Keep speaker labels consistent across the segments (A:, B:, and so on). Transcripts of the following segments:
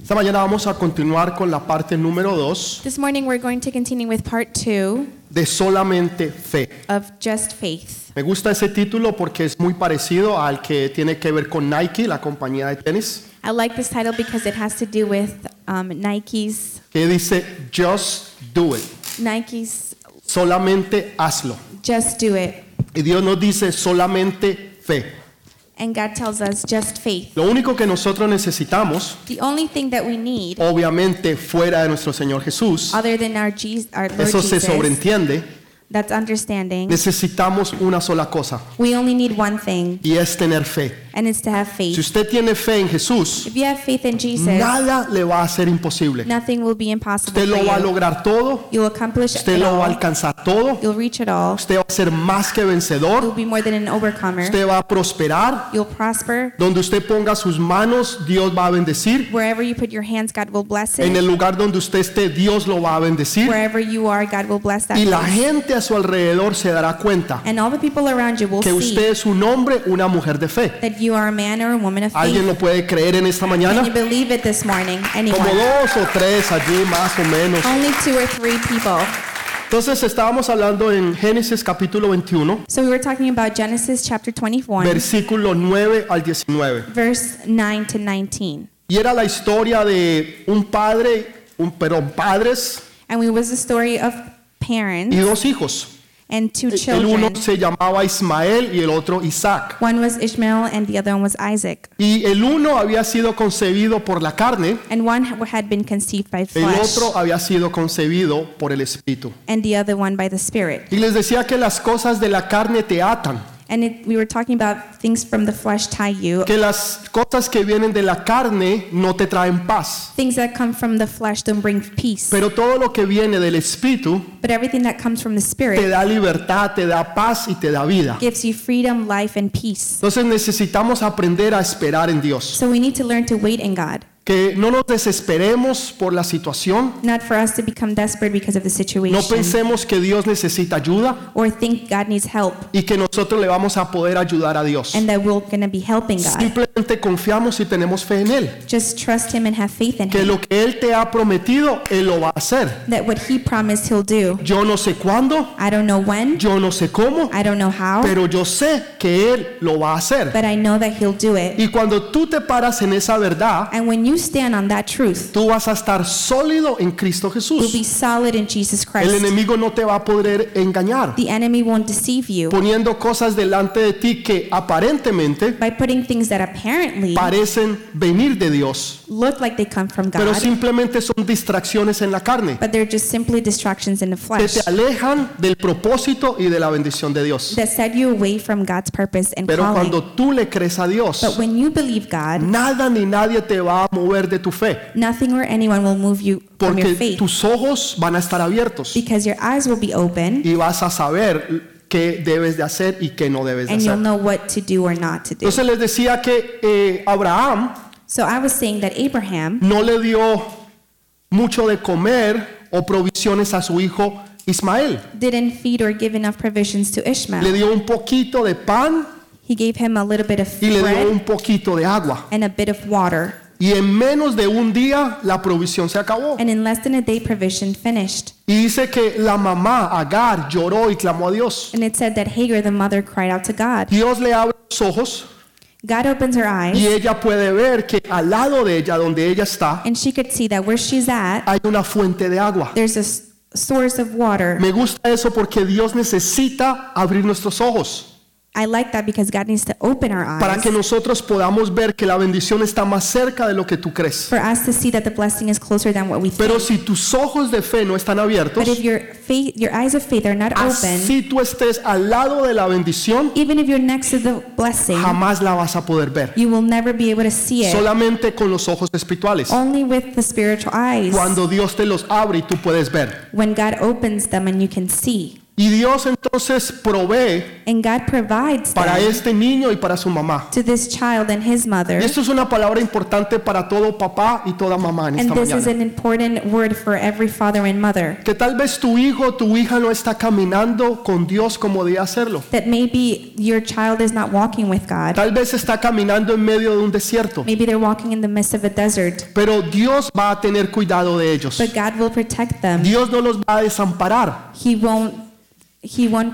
A: Esta mañana vamos a continuar con la parte número 2
B: This morning we're going to continue with part two
A: de solamente fe.
B: of Just Faith.
A: Me gusta ese título porque es muy parecido al que tiene que ver con Nike, la compañía de tenis,
B: I like this title because it has to do with um, Nike's
A: que dice Just Do It,
B: Nike's
A: solamente hazlo.
B: Just Do It,
A: Y Dios nos dice solamente fe.
B: and God tells us just faith.
A: Lo único que nosotros necesitamos,
B: The only thing that we need,
A: obviamente fuera de nuestro Señor Jesús,
B: other than our, Jesus, our Lord
A: eso se
B: Jesus,
A: sobreentiende,
B: that's understanding.
A: necesitamos una sola cosa
B: We only need one thing,
A: y es tener fe.
B: and it's to have
A: Si
B: faith.
A: usted tiene fe en Jesús,
B: If you have faith in Jesus,
A: nada le va a ser imposible.
B: nothing will be impossible
A: Usted lo va a
B: for you.
A: lograr todo,
B: You'll accomplish
A: usted
B: it
A: lo va a
B: all.
A: alcanzar todo,
B: You'll reach it all.
A: usted va a ser más que vencedor,
B: You'll be more than an overcomer.
A: usted va a prosperar.
B: You'll prosper.
A: Donde usted ponga sus manos, Dios va a bendecir.
B: Wherever you put your hands, God will bless
A: En
B: it.
A: el lugar donde usted esté, Dios lo va a bendecir.
B: Wherever you are, God will bless that
A: Y la
B: place.
A: gente a su alrededor se dará cuenta
B: And all the people around you will
A: que
B: see
A: usted es un hombre, una mujer de fe.
B: that you are a man or a woman of
A: ¿Alguien
B: faith.
A: lo puede creer en esta
B: Can you
A: mañana?
B: believe it this morning?
A: Como
B: Anyone?
A: dos o tres allí más o menos.
B: Only two or three people.
A: Entonces estábamos hablando en Génesis capítulo 21,
B: So we were talking about Genesis chapter 21,
A: versículo 9 al 19.
B: verse 9 to 19.
A: Y era la historia de un padre, un perdón, padres
B: And it was the story of
A: y
B: parents
A: dos hijos.
B: and two
A: El uno
B: children.
A: se llamaba Ismael y el otro Isaac.
B: One was Ishmael and the other one was Isaac.
A: Y el uno había sido concebido por la carne,
B: And one had been conceived by
A: el
B: flesh
A: otro había sido concebido por el espíritu.
B: and the other one by the spirit.
A: Y les decía que las cosas de la carne te atan,
B: And it, we were talking about things from the flesh tie you.
A: que las cosas que vienen de la carne no te traen paz,
B: Things that come from the flesh don't bring peace.
A: pero todo lo que viene del espíritu
B: but everything that comes from the
A: te
B: spirit
A: da libertad, te da paz y te da vida.
B: gives you freedom, life, and peace.
A: Entonces necesitamos aprender a esperar en Dios.
B: So we need to learn to wait in God,
A: Que no nos desesperemos por la situación.
B: not for us to become desperate because of the situation
A: No pensemos que Dios necesita ayuda
B: or think God needs help
A: y que nosotros le vamos a poder ayudar a Dios.
B: and that we're going to be helping God.
A: Simplemente confiamos y tenemos fe en Él.
B: Just trust Him and have faith in
A: Que
B: Him
A: lo que Él te ha prometido, Él lo va a hacer.
B: that what He promised He'll do.
A: Yo no sé cuándo,
B: I don't know when,
A: yo no sé cómo,
B: I don't know how,
A: pero yo sé que Él lo va a hacer.
B: but I know that He'll do it.
A: Y cuando tú te paras en esa verdad,
B: And when you stand on that truth,
A: tú vas a estar sólido en Cristo
B: you'll
A: Jesús.
B: be solid in Jesus
A: El
B: Christ.
A: enemigo no te va a poder engañar
B: The enemy won't deceive you
A: poniendo cosas delante de ti que aparentemente
B: by putting things that apparently
A: parecen venir de Dios,
B: look like they come from
A: pero
B: God,
A: simplemente son distracciones en la carne
B: but they're just simply distractions in the
A: que
B: flesh
A: te alejan del propósito y de la bendición de Dios.
B: that set you away from God's purpose and
A: Pero
B: calling.
A: cuando Mm. tú le crees a
B: But
A: Dios,
B: when you believe God,
A: nada ni nadie te va a mover de tu fe,
B: nothing or anyone will move you from your
A: porque
B: faith
A: tus ojos van a estar abiertos
B: because your eyes will be open
A: y vas a saber qué debes de hacer y qué no debes de
B: and you'll
A: hacer.
B: know what to do or not to do.
A: Entonces les decía que eh, Abraham
B: So I was saying that Abraham
A: no le dio mucho de comer o provisiones a su hijo Ismael.
B: didn't feed or give enough provisions to
A: Mm. Le
B: Ishmael.
A: dio un poquito de pan
B: He gave him a little bit of
A: y le dio
B: bread
A: un poquito de agua.
B: and a bit of water.
A: Y en menos de un día la provisión se acabó.
B: And in less than a day, provision finished.
A: Y dice que la mamá Agar lloró y clamó a Dios.
B: And it said that Hagar, the mother, cried out to God.
A: Dios le abre los ojos
B: God opens her
A: y
B: eyes,
A: ella puede ver que al lado de ella, donde ella está,
B: and she could see that where she's at,
A: hay una fuente de agua.
B: there's a s- source of water.
A: Me gusta eso porque Dios necesita abrir nuestros ojos.
B: I like that because God needs to open our
A: para
B: eyes
A: que nosotros podamos ver que la bendición está más cerca de lo que tú crees.
B: for us to see that the blessing is closer than what we think.
A: Pero si tus ojos de fe no están abiertos,
B: But if your faith, your eyes of faith are not open,
A: así tú estés al lado de la bendición,
B: even if you're next to the blessing,
A: jamás la vas a poder ver.
B: you will never be able to see it.
A: Solamente con los ojos espirituales.
B: Only with the spiritual eyes,
A: Cuando Dios te los abre y tú puedes ver.
B: when God opens them and you can see.
A: Y Dios entonces provee
B: And God provides
A: para
B: them
A: este niño y para su mamá.
B: to this child and his mother.
A: Y esto es una palabra importante para todo papá y toda mamá en
B: And
A: esta
B: this is
A: mañana.
B: an important word for every father and mother.
A: Que tal vez tu hijo o tu hija no está caminando con Dios como debe hacerlo.
B: That maybe your child is not walking with God.
A: Tal vez está caminando en medio de un desierto.
B: Maybe they're walking in the midst of a desert.
A: Pero Dios va a tener cuidado de ellos.
B: But God will protect them.
A: Dios no los va a desamparar.
B: He won't he won't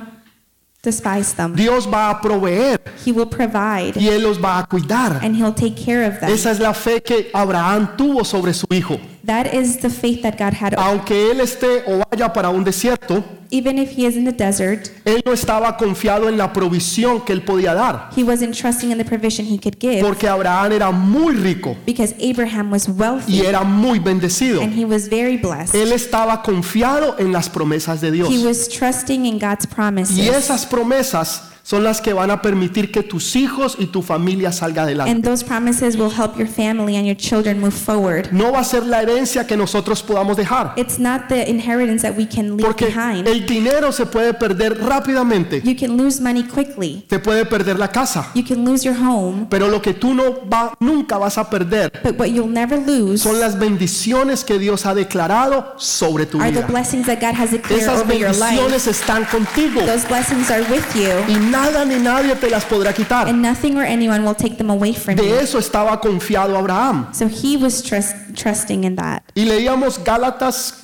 B: despise them.
A: Dios va a proveer
B: He will provide
A: y Él los va a cuidar.
B: and he'll take care of them.
A: Esa es la fe que Abraham tuvo sobre su hijo.
B: That is the faith that God had.
A: Aunque él esté o vaya para un desierto,
B: Even if he is in the desert,
A: él no estaba confiado en la provisión que él podía dar,
B: he wasn't trusting in the provision he could give
A: porque Abraham era muy rico
B: because Abraham was
A: y
B: wealthy
A: era muy bendecido.
B: and he was very blessed.
A: Él estaba confiado en las promesas de Dios.
B: He was trusting in God's
A: Y
B: promises.
A: esas promesas son las que van a permitir que tus hijos y tu familia salga adelante.
B: And those promises will help your family and your children move forward.
A: No va a ser la herencia que nosotros podamos dejar,
B: It's not the inheritance that we can leave
A: porque
B: behind.
A: el dinero se puede perder rápidamente,
B: You can lose money quickly.
A: te puede perder la casa,
B: You can lose your home,
A: pero lo que tú no va, nunca vas a perder
B: but what you'll never lose
A: son las bendiciones que Dios ha declarado sobre tu
B: are the
A: vida.
B: blessings that God has declared
A: Esas
B: over your life.
A: bendiciones están contigo
B: Those blessings are with you,
A: y nada ni nadie te las podrá quitar.
B: and nothing or anyone will take them away from
A: De
B: you.
A: eso estaba confiado Abraham.
B: So he was trust, trusting in that.
A: Y leíamos Gálatas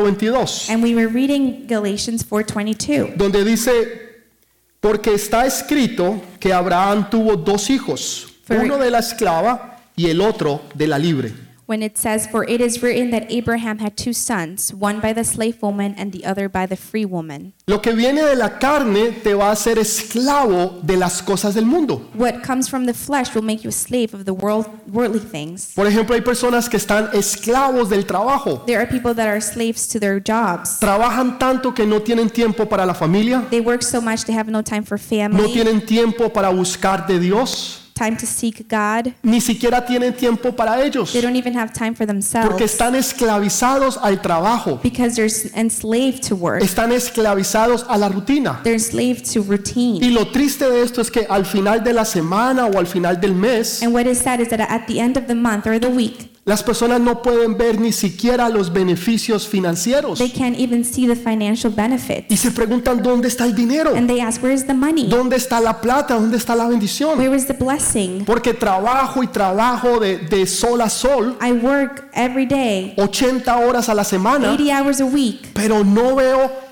A: 4:22,
B: And we were reading Galatians 4:22,
A: donde dice, porque está escrito que Abraham tuvo dos hijos,
B: For-
A: uno de la esclava y el otro de la libre.
B: when it says, "For it is written that Abraham had two sons, one by the slave woman and the other by the free woman."
A: Lo que viene de la carne te va a hacer esclavo de las cosas del mundo.
B: What comes from the flesh will make you a slave of the world, worldly things.
A: Por ejemplo, hay personas que están esclavos del trabajo.
B: There are people that are slaves to their jobs.
A: Trabajan tanto que no tienen tiempo para la familia,
B: They work so much they have no time for
A: no
B: family,
A: tienen tiempo para buscar de Dios,
B: time to seek God.
A: ni siquiera tienen tiempo para ellos,
B: They don't even have time for
A: porque
B: themselves
A: están esclavizados al trabajo,
B: because they're s- enslaved to work.
A: están esclavizados a la rutina.
B: They're enslaved to
A: Y
B: routine.
A: lo triste de esto es que al final de la semana o al final del mes,
B: And what is sad is that at the end of the month or the week,
A: las personas no pueden ver ni siquiera los beneficios financieros
B: they can't even see the financial benefits.
A: y se preguntan dónde está el dinero,
B: And they ask, Where's the money?
A: dónde está la plata, dónde está la bendición.
B: Where is the blessing?
A: Porque trabajo y trabajo de, de sol a sol,
B: I work every day,
A: 80 horas a la semana,
B: 80 hours a week,
A: pero no veo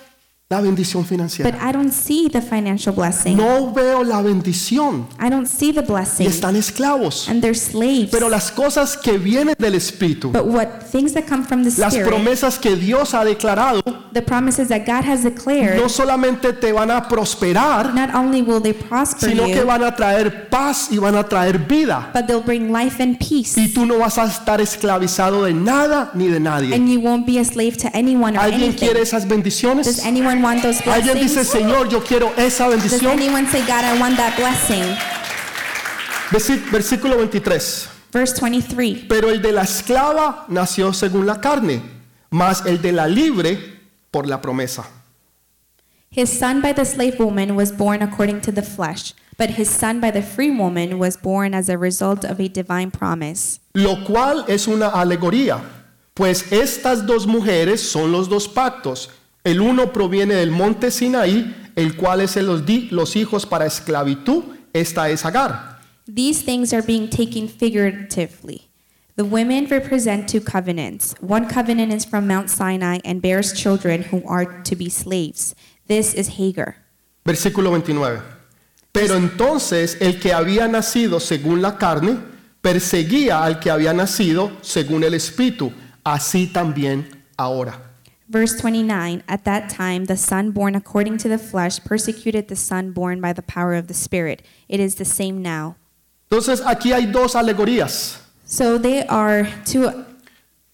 A: la bendición financiera.
B: but I don't see the financial blessing.
A: No veo la bendición.
B: I don't see the
A: Y
B: blessing.
A: están esclavos.
B: And they're slaves.
A: Pero las cosas que vienen del Espíritu,
B: But what things that come from the
A: las
B: Spirit,
A: promesas que Dios ha declarado,
B: the promises that God has
A: no
B: declared,
A: solamente te van a prosperar,
B: not only will they prosper
A: sino que
B: you,
A: van a traer paz y van a traer vida.
B: but they'll bring life and peace.
A: Y tú no vas a estar esclavizado de nada ni de nadie.
B: And you won't be a slave to anyone or
A: ¿Alguien quiere
B: anything.
A: esas
B: Does
A: bendiciones?
B: anyone want those
A: Alguien dice,
B: blessings?
A: Señor, yo quiero esa
B: Does
A: bendición.
B: anyone say, God, I want that blessing?
A: Versi- Versículo 23.
B: Verse 23.
A: Pero el de la esclava nació según la carne, mas el de la libre por la promesa.
B: His son by the slave woman was born according to the flesh, but his son by the free woman was born as a result of a divine promise.
A: Lo cual es una alegoría, pues estas dos mujeres son los dos pactos. El uno proviene del monte Sinaí, el cual se los di los hijos para esclavitud. Esta es Agar.
B: These things are being taken figuratively. The women represent two covenants. One covenant is from Mount Sinai and bears children who are to be slaves. This is Hagar.
A: Versículo 29. Pero entonces el que había nacido según la carne perseguía al que había nacido según el espíritu, así también ahora.
B: Verse 29 At that time, the son born according to the flesh persecuted the son born by the power of the Spirit. It is the same now.
A: Entonces aquí hay dos alegorías,
B: So they are two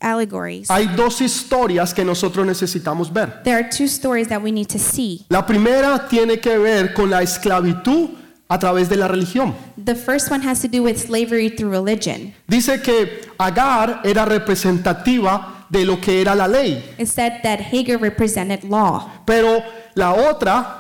B: allegories.
A: hay dos historias que nosotros necesitamos ver.
B: There are two stories that we need to see.
A: La primera tiene que ver con la esclavitud a través de la religión.
B: The first one has to do with slavery through religion.
A: Dice que Agar era representativa de lo que era la ley.
B: It said that Hagar represented law,
A: Pero la otra,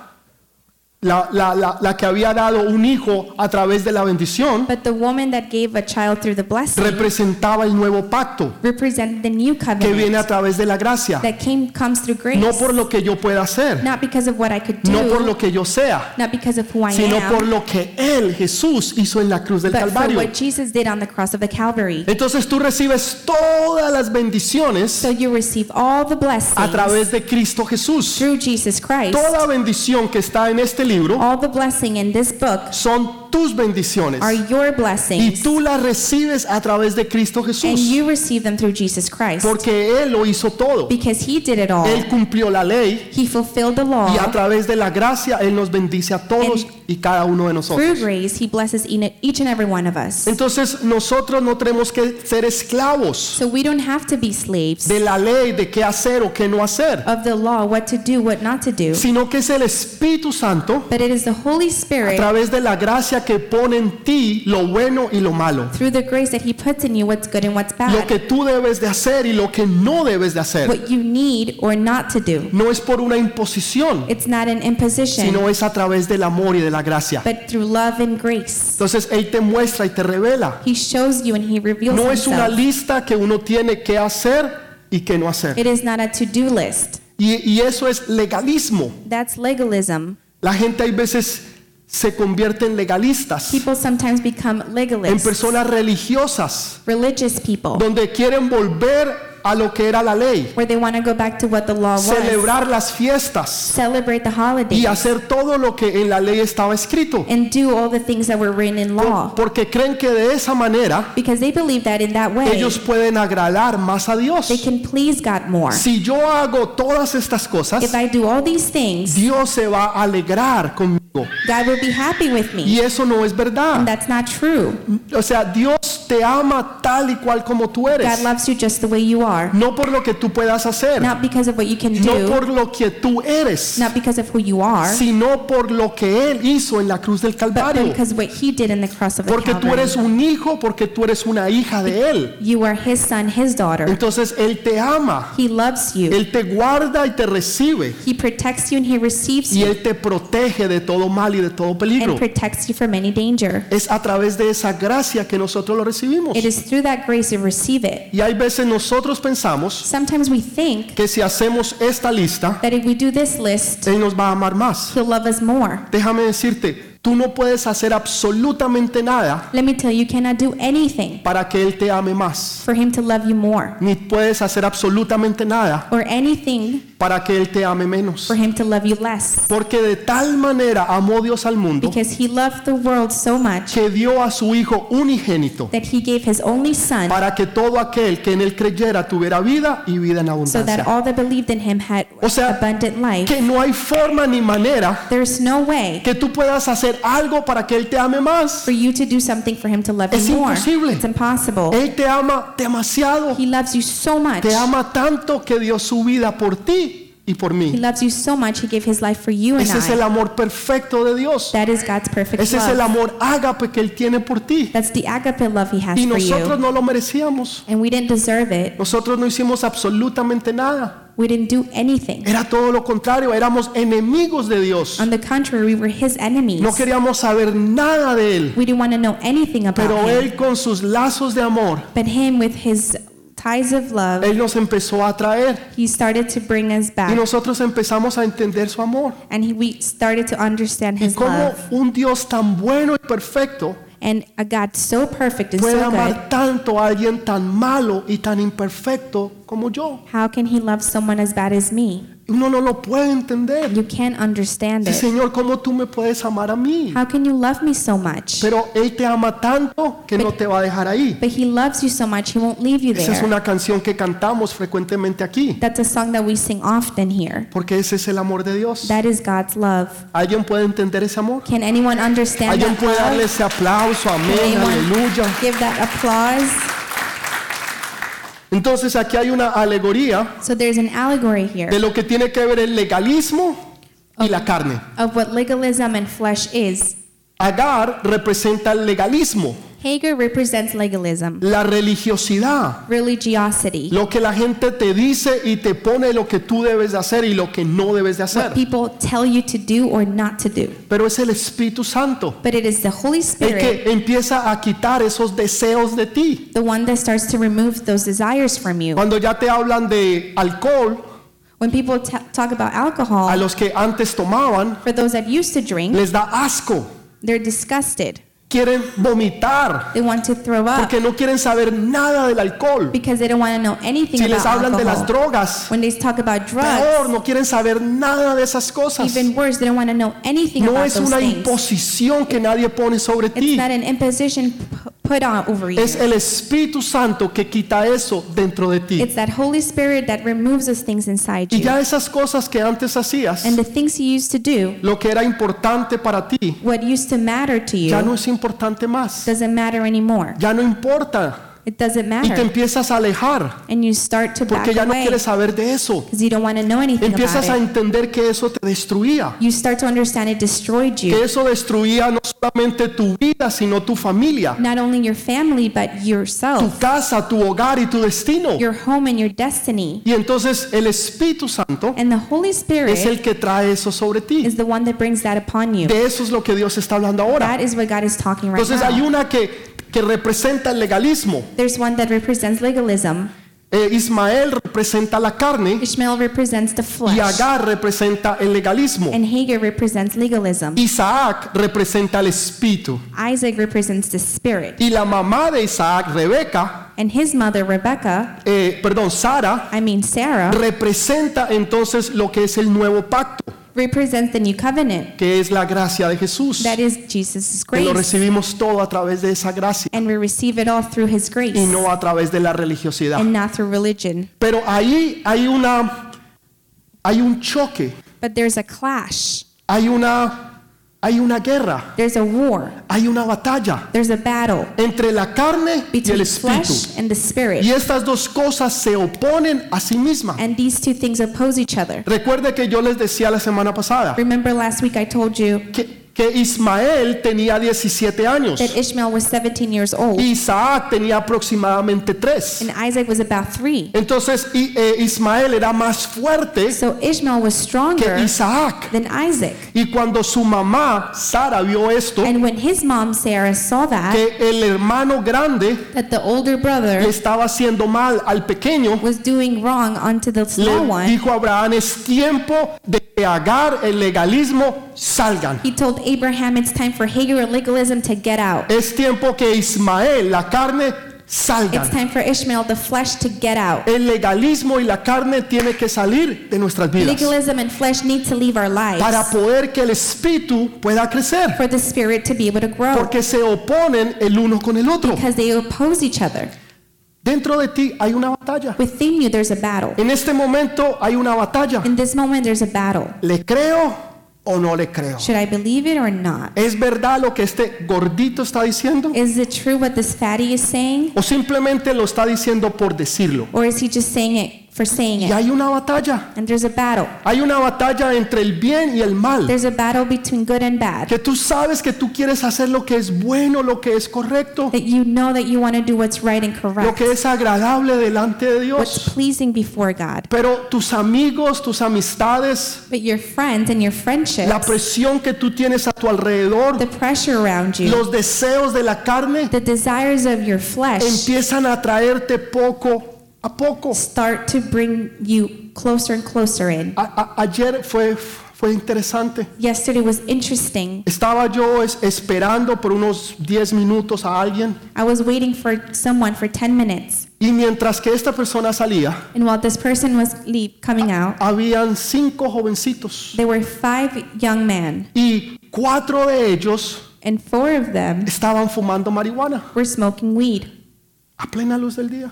A: la, la- la- la que había dado un hijo a través de la bendición,
B: but the woman that gave a child through the blessing
A: representaba el nuevo pacto
B: represented the new
A: que viene a
B: covenant
A: través de la gracia.
B: that came comes through grace.
A: No por lo que yo pueda hacer,
B: not because of what I could do,
A: no por lo que yo sea,
B: not because of who I
A: sino
B: am,
A: por lo que Él, Jesús, hizo en la cruz del
B: but for
A: Calvario.
B: what Jesus did on the cross of the Calvary.
A: Entonces tú recibes todas las bendiciones
B: So you receive all the
A: a
B: blessings
A: través de Cristo Jesús.
B: through Jesus Christ.
A: Toda bendición que está en este libro
B: All the blessing in this book
A: son tus bendiciones.
B: are your
A: Y
B: blessings,
A: tú las recibes a través de Cristo
B: and
A: Jesús.
B: you receive them through Jesus Christ
A: Porque Él lo hizo todo.
B: because He did it all.
A: Él cumplió la ley
B: He fulfilled the law.
A: y a través de la gracia Él nos bendice a todos y cada uno de
B: Through
A: nosotros.
B: grace, He blesses ene- each and every one of us.
A: Entonces nosotros no tenemos que ser esclavos
B: So we don't have to be slaves
A: de la ley, de qué hacer o qué no hacer,
B: of the law, what to do, what not to do.
A: sino que es el Espíritu Santo
B: But it is the Holy
A: a
B: Spirit
A: través de la gracia que pone en ti lo bueno y lo malo,
B: through the grace that He puts in you what's good and what's
A: lo
B: bad,
A: que tú debes de hacer y lo que no debes de hacer.
B: what you need or not to do.
A: No es por una imposición,
B: It's not an imposition,
A: sino es a través del amor y de la gracia.
B: but through love and grace.
A: Entonces Él te muestra y te revela.
B: He shows you and He reveals
A: No es una
B: Himself.
A: lista que uno tiene que hacer y que no hacer.
B: It is not a to-do list.
A: Y, y eso es legalismo.
B: That's legalism.
A: La gente hay veces se convierte en legalistas,
B: People sometimes become
A: en
B: legalists,
A: personas religiosas,
B: religious people,
A: donde quieren volver a lo que era la ley,
B: where they want to go back to what the law was,
A: celebrar las fiestas
B: celebrate the
A: y
B: holidays,
A: hacer todo lo que en la ley estaba escrito,
B: and do all the things that were written in law,
A: porque creen que de esa manera
B: because they believe that in that way
A: ellos pueden agradar más a
B: Pues. they
A: Dios.
B: can please God more.
A: Si yo hago todas estas cosas,
B: If I do all these things,
A: Dios se va a alegrar conmigo.
B: God will be happy with me.
A: Y eso no es
B: And
A: verdad.
B: that's not true.
A: O sea, Dios te ama tal y cual como tú
B: God
A: eres.
B: loves you just the way you are,
A: No por lo que tú puedas hacer,
B: not because of what you can
A: no
B: do,
A: por lo que tú eres,
B: not because of who you are,
A: sino por lo que Él hizo en la cruz del
B: but
A: Calvario.
B: because of what He did in the cross of the
A: Porque tú
B: Calvary.
A: eres un hijo, porque tú eres una hija de Él.
B: You are His son, His daughter.
A: Entonces Él te ama,
B: He loves you.
A: Él te guarda y te recibe.
B: He protects you and he receives
A: Y
B: you
A: Él te protege de todo mal y de todo peligro.
B: and protects you from any danger.
A: Es a través de esa gracia que nosotros lo recibimos.
B: It is through that grace you receive it.
A: Y hay veces nosotros pensamos
B: Sometimes we think
A: que si hacemos esta lista,
B: that if we do this list,
A: Él nos va a amar más.
B: he'll love us more.
A: Déjame decirte, tú no puedes hacer absolutamente nada
B: Let me tell you, you cannot do anything
A: para que Él te ame más.
B: for him to love you more
A: Ni puedes hacer absolutamente nada
B: or anything
A: para que Él te ame menos.
B: for him to love you less
A: Porque de tal manera amó Dios al mundo
B: because he loved the world so much
A: que dio a su Hijo unigénito
B: that he gave his only son
A: para que todo aquel que en Él creyera tuviera vida y vida en
B: so that
A: abundancia.
B: all that believed in him had
A: O sea,
B: abundant life.
A: Que no hay forma ni manera
B: There's no way
A: que tú puedas hacer algo para que Él te ame más.
B: for you to do something for him to love
A: Es
B: you more.
A: imposible.
B: It's impossible.
A: Él te ama demasiado.
B: He loves you so much.
A: Te ama tanto que dio su vida por ti y por
B: He
A: mí.
B: loves you so much, he gave his life for you and
A: Ese es el
B: I.
A: amor perfecto de Dios.
B: That is God's perfect
A: Ese es el
B: love.
A: amor ágape que Él tiene por ti.
B: That's the agape love he has
A: Y
B: for
A: nosotros
B: you.
A: no lo merecíamos.
B: And we didn't deserve it.
A: Nosotros no hicimos absolutamente nada.
B: We didn't do anything.
A: Era todo lo contrario. Éramos enemigos de Dios.
B: On the contrary, we were his enemies.
A: No queríamos saber nada de Él.
B: We didn't want to know anything about
A: Pero
B: him.
A: Él con sus lazos de amor,
B: But him, with his ties of love,
A: Él nos empezó a atraer.
B: he started to bring us
A: Y
B: back.
A: nosotros empezamos a entender su amor.
B: And he, we started to understand
A: Y
B: his
A: cómo
B: love.
A: un Dios tan bueno y perfecto
B: And a God so perfect and
A: puede
B: so good.
A: amar tanto a alguien tan malo y tan imperfecto como yo.
B: How can he love someone as bad as me?
A: Uno no lo puede entender.
B: You can't understand
A: Dice,
B: it.
A: Señor, ¿cómo tú me puedes amar a mí?
B: How can you love me so much?
A: Pero Él te ama tanto que no te va a dejar ahí.
B: But he loves you so much, he won't leave you
A: Esa es
B: there.
A: una canción que cantamos frecuentemente aquí,
B: That's a song that we sing often here.
A: porque ese es el amor de Dios.
B: That is God's love.
A: ¿Alguien puede entender ese amor?
B: Can anyone understand
A: ¿Alguien
B: that
A: puede darle
B: love?
A: ese aplauso?
B: Can
A: Amén,
B: anyone
A: aleluya.
B: give that applause?
A: Entonces aquí hay una alegoría
B: So there's an allegory here
A: de lo que tiene que ver el legalismo y la carne.
B: of what legalism and flesh is.
A: Agar representa el legalismo
B: Hagar represents legalism,
A: la religiosidad,
B: religiosity,
A: lo que la gente te dice y te pone lo que tú debes de hacer y lo que no debes de
B: what
A: hacer.
B: people tell you to do or not to do.
A: Pero es el Espíritu Santo
B: But it is the Holy
A: el
B: Spirit,
A: que empieza a quitar esos deseos de ti.
B: the one that starts to remove those desires from you.
A: Cuando ya te hablan de alcohol,
B: When people t- talk about
A: a
B: alcohol,
A: los que antes tomaban,
B: for those that used to drink,
A: les da asco,
B: they're disgusted.
A: quieren vomitar,
B: They want to throw up
A: porque no quieren saber nada del alcohol.
B: because they don't want to know anything
A: Si les
B: about
A: hablan de las
B: alcohol.
A: drogas,
B: When they talk about
A: peor,
B: drugs,
A: no quieren saber nada de esas cosas.
B: even worse, they don't want to know anything
A: No
B: about
A: es
B: those
A: una
B: things.
A: imposición que nadie pone sobre
B: It's
A: ti.
B: not an imposition p- put on over you.
A: Es el Espíritu Santo que quita eso dentro de ti.
B: It's that Holy Spirit that removes those things inside
A: Y ya
B: you.
A: esas cosas que antes hacías,
B: And the things you used to do,
A: lo que era importante para ti,
B: what used to matter to
A: ya
B: you,
A: no es importante más.
B: doesn't matter anymore.
A: Ya no importa.
B: It doesn't
A: Y te
B: matter.
A: empiezas a alejar.
B: And you start to back
A: Porque ya no
B: away
A: quieres saber de eso.
B: because you don't want to know anything
A: Empiezas a
B: about it.
A: entender que eso te destruía.
B: You start to understand it destroyed
A: Que
B: you.
A: eso destruía no solamente tu vida, sino tu familia,
B: Not only your family, but
A: tu
B: yourself,
A: casa, tu hogar y tu destino.
B: your home, and your destiny.
A: Y entonces el Espíritu Santo
B: And the Holy
A: es
B: Spirit
A: el que trae eso sobre ti.
B: is the one that brings that upon you.
A: De eso es lo que Dios está hablando ahora.
B: That is what God is talking right
A: Entonces hay
B: now.
A: una que, que representa el legalismo.
B: There's one that represents legalism.
A: Eh, Ismael representa la carne
B: Ishmael represents the
A: y
B: flesh.
A: Agar representa el legalismo.
B: And Hagar represents legalism.
A: Isaac representa el espíritu.
B: Isaac represents the spirit.
A: Y la mamá de Isaac, Rebeca,
B: And his mother, Rebecca,
A: eh, perdón, Sara
B: I mean Sarah,
A: representa entonces lo que es el nuevo pacto,
B: represents the new covenant.
A: que es la gracia de Jesús.
B: That is Jesus'
A: Que lo
B: grace.
A: recibimos todo a través de esa gracia
B: And we receive it all through his grace
A: y no a través de la religiosidad.
B: and not through religion.
A: Pero ahí hay una hay un choque,
B: But there's a clash,
A: hay una hay una guerra,
B: there's a war,
A: hay una batalla
B: there's a battle
A: entre la carne y el
B: between
A: espíritu.
B: flesh and the spirit.
A: Y estas dos cosas se oponen a sí mismas.
B: And these two things oppose each other.
A: Recuerde que yo les decía la semana pasada
B: Remember last week I told you
A: que, que Ismael tenía 17 años.
B: that Ishmael was 17 years old
A: Isaac tenía aproximadamente tres.
B: and Isaac was about three.
A: Entonces I- eh, Ismael era más fuerte
B: So Ishmael was
A: que
B: stronger
A: Isaac.
B: than Isaac.
A: Y cuando su mamá, Sara, vio esto,
B: And when his mom Sarah saw that,
A: que el hermano grande
B: that the older
A: le
B: brother
A: estaba haciendo mal al pequeño,
B: was doing wrong unto the
A: le
B: small one,
A: dijo a Abraham, es tiempo de que Agar, el legalismo, salgan.
B: he told Abraham it's time for Hagar and legalism to get out.
A: Es tiempo que Ismael, la carne,
B: It's
A: salgan.
B: time for Ishmael, the flesh, to get out.
A: El legalismo y la carne tiene que salir de nuestras vidas
B: Legalism and flesh need to leave our
A: para
B: lives
A: poder que el espíritu pueda crecer.
B: for the spirit to be able to grow
A: porque se oponen el uno con el otro.
B: because they oppose each other.
A: Dentro de ti hay una batalla.
B: Within you, there's a battle.
A: En este momento hay una batalla.
B: In this moment, there's a battle.
A: ¿Le creo o no le creo?
B: Should I believe it or not?
A: ¿Es verdad lo que este gordito está diciendo?
B: Is it true what this fatty is saying?
A: ¿O simplemente lo está diciendo por decirlo?
B: Or is he just saying it for saying
A: Y
B: it?
A: hay una batalla.
B: And there's a battle.
A: Hay una batalla entre el bien y el mal.
B: There's a battle between good and bad.
A: Que tú sabes que tú quieres hacer lo que es bueno, lo que es correcto,
B: That you know that you want to do what's right and
A: lo
B: correct,
A: que es agradable delante de
B: what's
A: Dios.
B: pleasing before God.
A: Pero tus amigos, tus amistades,
B: But your friends and your
A: la
B: friendships,
A: presión que tú tienes a tu alrededor,
B: the pressure around you,
A: los deseos de la carne
B: the desires of your flesh
A: empiezan a traerte poco a poco.
B: start to bring you closer and closer in.
A: A- a- ayer fue, fue interesante.
B: Yesterday was interesting.
A: Estaba yo es- esperando por unos 10 minutos a alguien
B: I was waiting for someone for 10 minutes,
A: y mientras que esta persona salía,
B: and while this person was leave, coming out,
A: habían cinco jovencitos
B: there were five young men,
A: y cuatro de ellos
B: and four of them
A: estaban fumando marihuana
B: were smoking weed
A: a plena luz del día,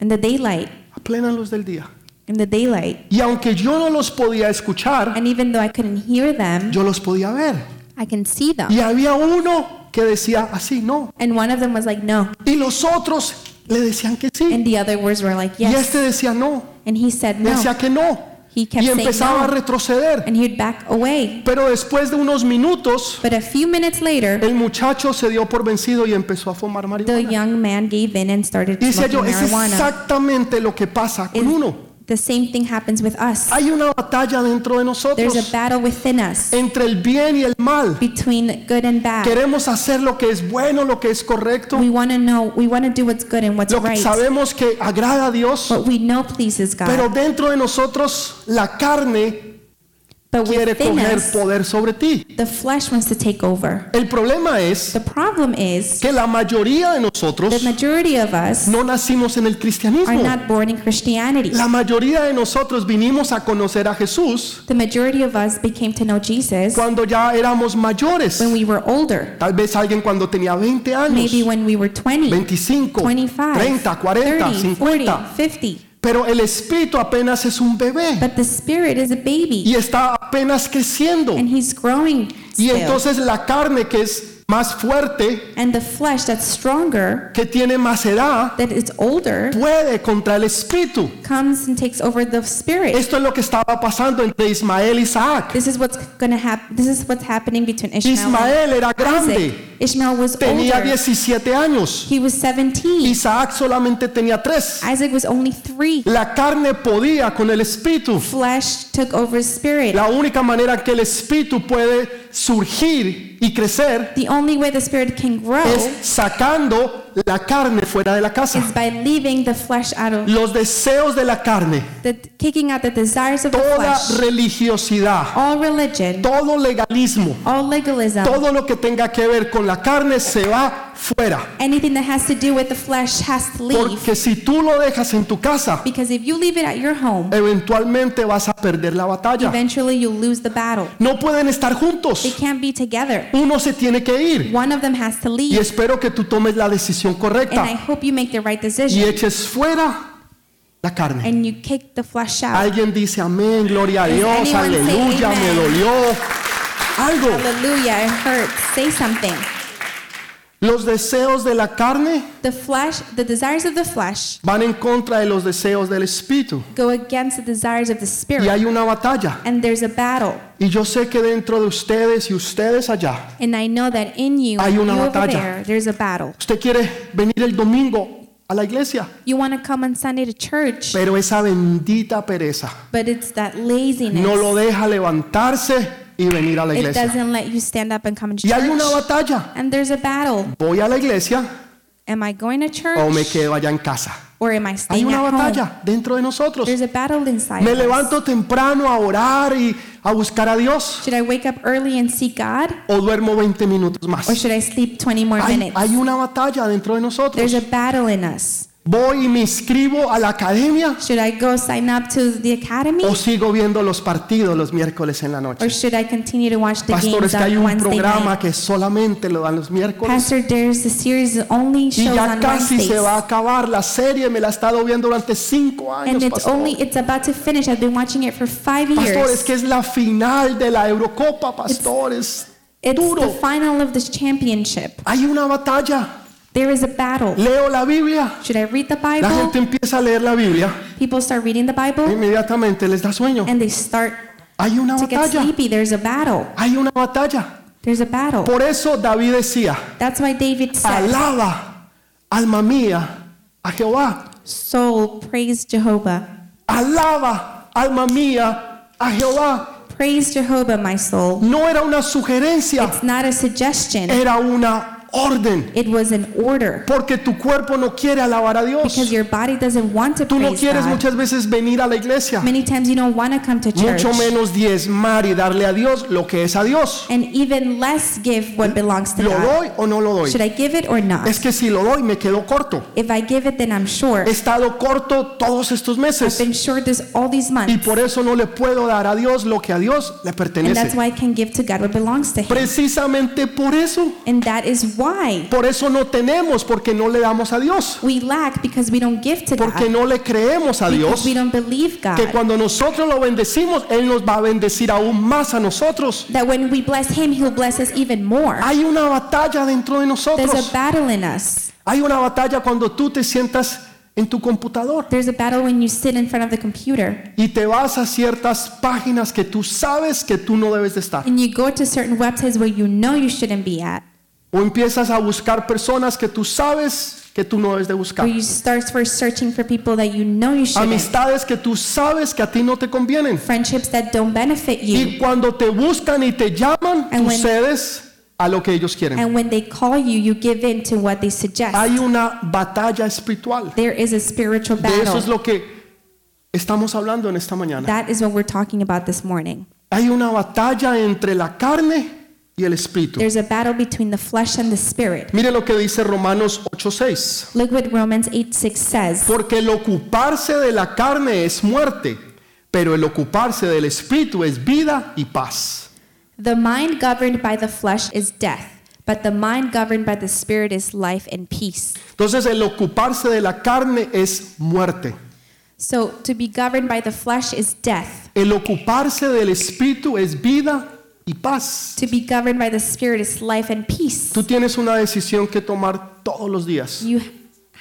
B: in the daylight.
A: a plena luz del día.
B: In the daylight.
A: Y aunque yo no los podía escuchar,
B: And even though I couldn't hear them,
A: yo los podía ver.
B: I can see them.
A: Y había uno que decía así, no,
B: And one of them was like, no.
A: Y los otros le decían que sí.
B: And the other words were like,
A: Y
B: yes.
A: este decía no.
B: And he said,
A: Le
B: no.
A: decía que no.
B: He kept
A: y
B: saying
A: empezaba a
B: no,
A: retroceder.
B: and he'd back away.
A: Pero después de unos minutos,
B: But a few minutes later,
A: el muchacho se dio por vencido y empezó a fumar
B: the
A: marihuana.
B: young man gave in and started
A: Dice
B: smoking
A: yo, es
B: marijuana.
A: exactamente lo que pasa con
B: Is-
A: uno.
B: The same thing happens with us.
A: Hay una batalla dentro de
B: There's a
A: nosotros
B: battle within us
A: entre el bien y el mal.
B: between good and bad.
A: Queremos hacer lo que es bueno, lo que es correcto,
B: We want to know, we want to do what's good and what's
A: lo que
B: right.
A: sabemos que agrada a Dios,
B: What we know pleases
A: pero
B: God.
A: dentro de nosotros la carne
B: But
A: quiere
B: within
A: coger
B: us,
A: poder sobre ti.
B: the flesh wants to take over.
A: El problema es
B: The problem is
A: que la mayoría de
B: the
A: nosotros
B: majority of us
A: no nacimos en el
B: are
A: cristianismo.
B: not born in Christianity.
A: La mayoría de nosotros vinimos a conocer a Jesús
B: The majority of us became to know Jesus
A: cuando ya éramos mayores.
B: when we were older.
A: Tal vez alguien cuando tenía 20 años,
B: Maybe when we were 20,
A: 25,
B: 25,
A: 30, 40,
B: 30, 40,
A: 50.
B: 50.
A: Pero el espíritu apenas es un bebé
B: But the spirit is a baby
A: y está apenas creciendo.
B: and he's growing
A: Y
B: still.
A: entonces la carne que es más fuerte,
B: And the flesh that's stronger,
A: que tiene más edad,
B: that is older,
A: puede contra el espíritu.
B: comes and takes over the spirit.
A: Esto es lo que estaba pasando entre Ismael y Isaac.
B: This is what's gonna happen. This is what's happening between Ishmael and
A: Ismael era
B: Isaac.
A: grande,
B: Ishmael was
A: tenía
B: older.
A: 17 años.
B: He was 17.
A: Isaac solamente tenía 3.
B: Isaac was only three.
A: La carne podía con el espíritu.
B: Flesh took over spirit.
A: La única manera que el espíritu puede surgir y crecer
B: The only way the spirit can grow
A: es sacando la carne fuera de la
B: is
A: casa.
B: by leaving the flesh out of
A: Los deseos de la carne,
B: the kicking out the desires of the
A: toda
B: flesh.
A: religiosidad,
B: All religion,
A: todo legalismo,
B: all legalism,
A: todo lo que tenga que ver con la carne se va fuera.
B: anything that has to do with the flesh has to leave.
A: Porque si tú lo dejas en tu casa,
B: Because if you leave it at your home,
A: eventualmente vas a perder la batalla.
B: eventually you'll lose the battle.
A: No pueden estar
B: They
A: juntos.
B: can't be together.
A: Uno se tiene que ir.
B: One of them has to
A: Y
B: leave.
A: espero que tú tomes la decisión
B: And I
A: correcta
B: hope you make the right
A: y
B: decision
A: eches fuera la carne.
B: and you kick the flesh out.
A: Alguien dice amén, gloria a
B: Does
A: Dios,
B: anyone say
A: aleluya,
B: amen?
A: me dolió. Algo.
B: Hallelujah, it hurts. Say something.
A: Los deseos de la carne
B: The flesh, the desires of the flesh
A: van en contra de los deseos del espíritu.
B: go against the desires of the
A: Y
B: spirit.
A: hay una batalla.
B: And there's a battle.
A: Y yo sé que dentro de ustedes y ustedes allá,
B: And I know that in you,
A: Hay
B: you
A: una
B: over
A: batalla.
B: there, there's a battle.
A: usted quiere venir el domingo a la iglesia,
B: You want to come on Sunday to church,
A: pero esa bendita pereza
B: but it's that laziness.
A: no lo deja levantarse y venir a la
B: it
A: iglesia.
B: doesn't let you stand up and come to
A: Y hay una
B: church.
A: batalla.
B: And there's a battle.
A: ¿Voy a la iglesia
B: Am I going to church?
A: o Oh, me quedo allá en casa?
B: Or am I
A: Hay
B: staying
A: una
B: at home?
A: batalla dentro de nosotros.
B: There's a battle inside.
A: Me
B: of us.
A: levanto temprano a orar y a buscar a Dios
B: Should I wake up early and see God?
A: o duermo 20 minutos más.
B: Or should I sleep 20 more
A: Hay,
B: minutes?
A: hay una batalla dentro de
B: There's
A: nosotros.
B: a battle in us.
A: Voy y me inscribo a la academia
B: Should I go sign up to the academy?
A: o sigo viendo los partidos los miércoles en la
B: Or
A: noche.
B: should I continue to watch the
A: Pastor,
B: games
A: es que hay
B: on
A: un
B: Wednesday
A: programa
B: night?
A: que solamente lo dan los miércoles
B: Pastor, there's a series that only
A: y
B: shows
A: ya
B: on
A: casi
B: Wednesdays.
A: se va a acabar la serie. Me la he estado viendo durante cinco
B: And
A: años.
B: it's
A: Pastor,
B: only it's about to finish. I've been watching it for five years.
A: Pastor, es que es la final de la Eurocopa, pastores.
B: it's the
A: Duro.
B: final of this championship.
A: Hay una batalla.
B: There is a battle.
A: Leo la Biblia.
B: Should I read the
A: La
B: Bible?
A: gente empieza a leer la Biblia.
B: People start reading the Bible
A: Inmediatamente les da sueño.
B: and they start
A: Hay una
B: to get
A: batalla.
B: sleepy. There's a battle.
A: Hay una batalla.
B: There's a battle.
A: Por Ah, eso David decía,
B: That's why David said,
A: alaba, alma mía, a Jehová.
B: "Soul, praise Jehovah.
A: Alaba, alma mía, a Jehová.
B: Praise Jehovah, my soul."
A: No era una sugerencia,
B: It's not a suggestion.
A: era una orden.
B: It was an order.
A: Porque tu cuerpo no quiere alabar a
B: Because
A: Dios.
B: your body doesn't want to
A: Tú no
B: praise
A: quieres
B: God.
A: muchas veces venir a la iglesia,
B: Many times you don't want to come to church.
A: mucho menos diezmar y darle a Dios lo que es a Dios.
B: And even less give what belongs to
A: ¿Lo
B: God.
A: doy o no lo doy?
B: Should I give it or not?
A: Es que si lo doy me quedo corto.
B: If I give it, then I'm short.
A: He estado corto todos estos
B: I've
A: meses.
B: been short this all these months.
A: Y por eso no le puedo dar a Dios lo que a Dios le
B: and that's
A: pertenece.
B: why I can give to God what belongs to Him.
A: Precisamente por eso.
B: And that is why
A: Por eso no tenemos, porque no le damos a Dios.
B: we lack because we don't give to
A: Porque
B: God.
A: no le creemos a
B: Because
A: Dios.
B: we don't believe God.
A: Que cuando nosotros lo bendecimos, Él nos va a bendecir aún más a nosotros.
B: that when we bless Him, He'll bless us even more.
A: Hay una batalla dentro de
B: There's a
A: nosotros.
B: battle in us.
A: Hay una batalla cuando tú te sientas en tu computador
B: There's a battle when you sit in front of the computer
A: y te vas a ciertas páginas que tú sabes que tú no debes de estar.
B: and you go to certain websites where you know you shouldn't be at,
A: O empiezas a buscar personas que tú sabes que tú no debes de buscar.
B: where you start first searching for people that you know you shouldn't,
A: Amistades que tú sabes que a ti no te convienen.
B: friendships that don't benefit
A: Y
B: you.
A: cuando te buscan y te llaman,
B: And
A: tú
B: when-
A: cedes a lo que ellos quieren.
B: And when they call you, you give in to what they suggest.
A: Hay una batalla espiritual.
B: there is a spiritual
A: De eso
B: battle.
A: es lo que estamos hablando en esta mañana.
B: that is what we're talking about this morning.
A: Hay una batalla entre la carne y el espíritu.
B: There's a battle between the flesh and the spirit.
A: Mire lo que dice Romanos 8:6.
B: Look what Romans 8 6 says.
A: Porque el ocuparse de la carne es muerte, pero el ocuparse del espíritu es vida y paz.
B: The mind governed by the flesh is death, but the mind governed by the spirit is life and peace.
A: Entonces el ocuparse de la carne es muerte.
B: So to be governed by the flesh is death.
A: El ocuparse del espíritu es vida y paz.
B: To be governed by the spirit is life and peace.
A: Tú tienes una decisión que tomar todos los días.
B: You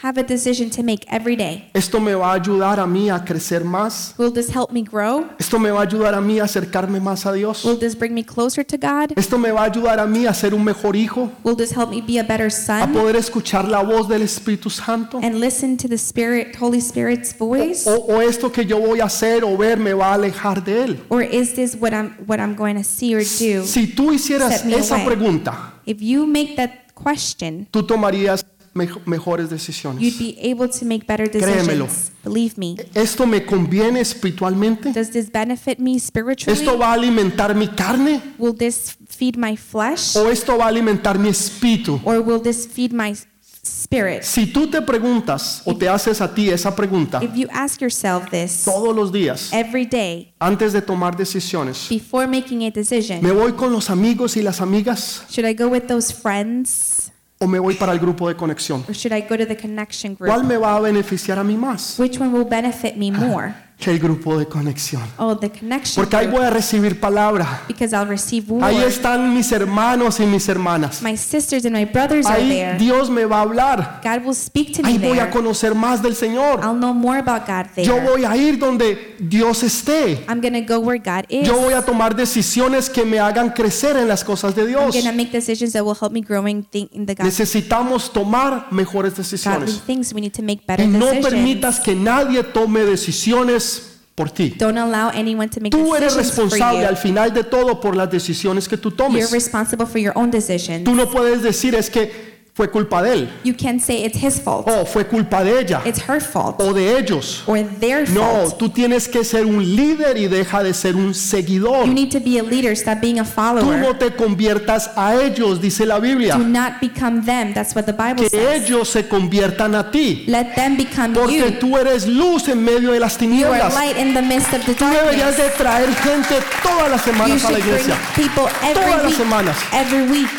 B: have a decision to make every day.
A: Esto me va a ayudar a mí a crecer más.
B: Will this help me grow?
A: Esto me va a ayudar a mí a acercarme más a Dios.
B: Will this bring me closer to God?
A: Esto me va a ayudar a mí a ser un mejor hijo,
B: Will this help me be a better
A: a
B: son
A: poder escuchar la voz del Espíritu Santo.
B: and listen to the Spirit, Holy Spirit's voice?
A: O, o esto que yo voy a hacer o ver me va a alejar de Él.
B: Or is this what I'm what I'm going to see or do?
A: Si tú hicieras
B: Set me
A: esa
B: away.
A: pregunta,
B: If you make that question,
A: tú tomarías mejo- mejores
B: you'd
A: decisiones.
B: be able to make better
A: Créemelo.
B: decisions. Believe me.
A: ¿Esto me conviene espiritualmente?
B: Does this benefit me
A: ¿Esto
B: spiritually?
A: va a alimentar mi carne
B: Will this feed my flesh
A: o esto va a alimentar mi espíritu?
B: or will this feed my s- spirit?
A: Si tú te preguntas o te haces a ti esa pregunta
B: If you ask yourself this
A: todos los días
B: every day
A: antes de tomar decisiones,
B: before making a decision,
A: ¿me voy con los amigos y las amigas
B: should I go with those friends
A: o me voy para el grupo de conexión?
B: or should I go to the connection
A: ¿Cuál
B: group?
A: me va a beneficiar a mí más
B: Which one will benefit me more?
A: que el grupo de conexión?
B: Oh, the connection
A: Ah. Porque ahí
B: group
A: voy a recibir palabra.
B: because I'll receive
A: Ahí
B: word.
A: están mis hermanos y mis hermanas.
B: My sisters and my brothers are
A: Ahí
B: there.
A: Dios me va a hablar.
B: God will speak to me
A: Ahí voy a
B: there.
A: conocer más del Señor.
B: I'll know more about God
A: Yo
B: there.
A: voy a ir donde Dios esté.
B: I'm going to go where God is.
A: Yo voy a tomar decisiones que me hagan crecer en las cosas de
B: I'm
A: Dios.
B: going to make decisions that will help me growing think in the God-
A: Necesitamos tomar mejores
B: godly
A: decisiones.
B: things. We need to make
A: Y
B: better
A: no
B: decisions.
A: permitas que nadie tome decisiones por ti.
B: Don't allow anyone to make
A: Tú eres
B: decisions for
A: responsable al
B: you.
A: final de todo por las decisiones que tú
B: You're
A: tomes.
B: responsible for your own decisions.
A: Tú no puedes decir es que fue culpa de él
B: You can't say it's his fault,
A: o fue culpa de ella
B: it's her fault,
A: o de ellos.
B: or their
A: Oh. No,
B: fault.
A: tú tienes que ser un líder y deja de ser un seguidor.
B: You need to be a leader. Stop being a
A: Tú
B: follower.
A: no te conviertas a ellos, dice la
B: Do
A: Biblia,
B: not become them. That's what the Bible
A: que
B: says.
A: ellos se conviertan a ti,
B: Let them become
A: porque
B: you.
A: tú eres luz en medio de las
B: You are
A: tinieblas.
B: light in the midst of the
A: Tú deberías
B: darkness.
A: de traer gente todas las
B: You
A: semanas a la
B: should bring
A: iglesia,
B: people
A: Todas las
B: every
A: semanas.
B: week. Every week.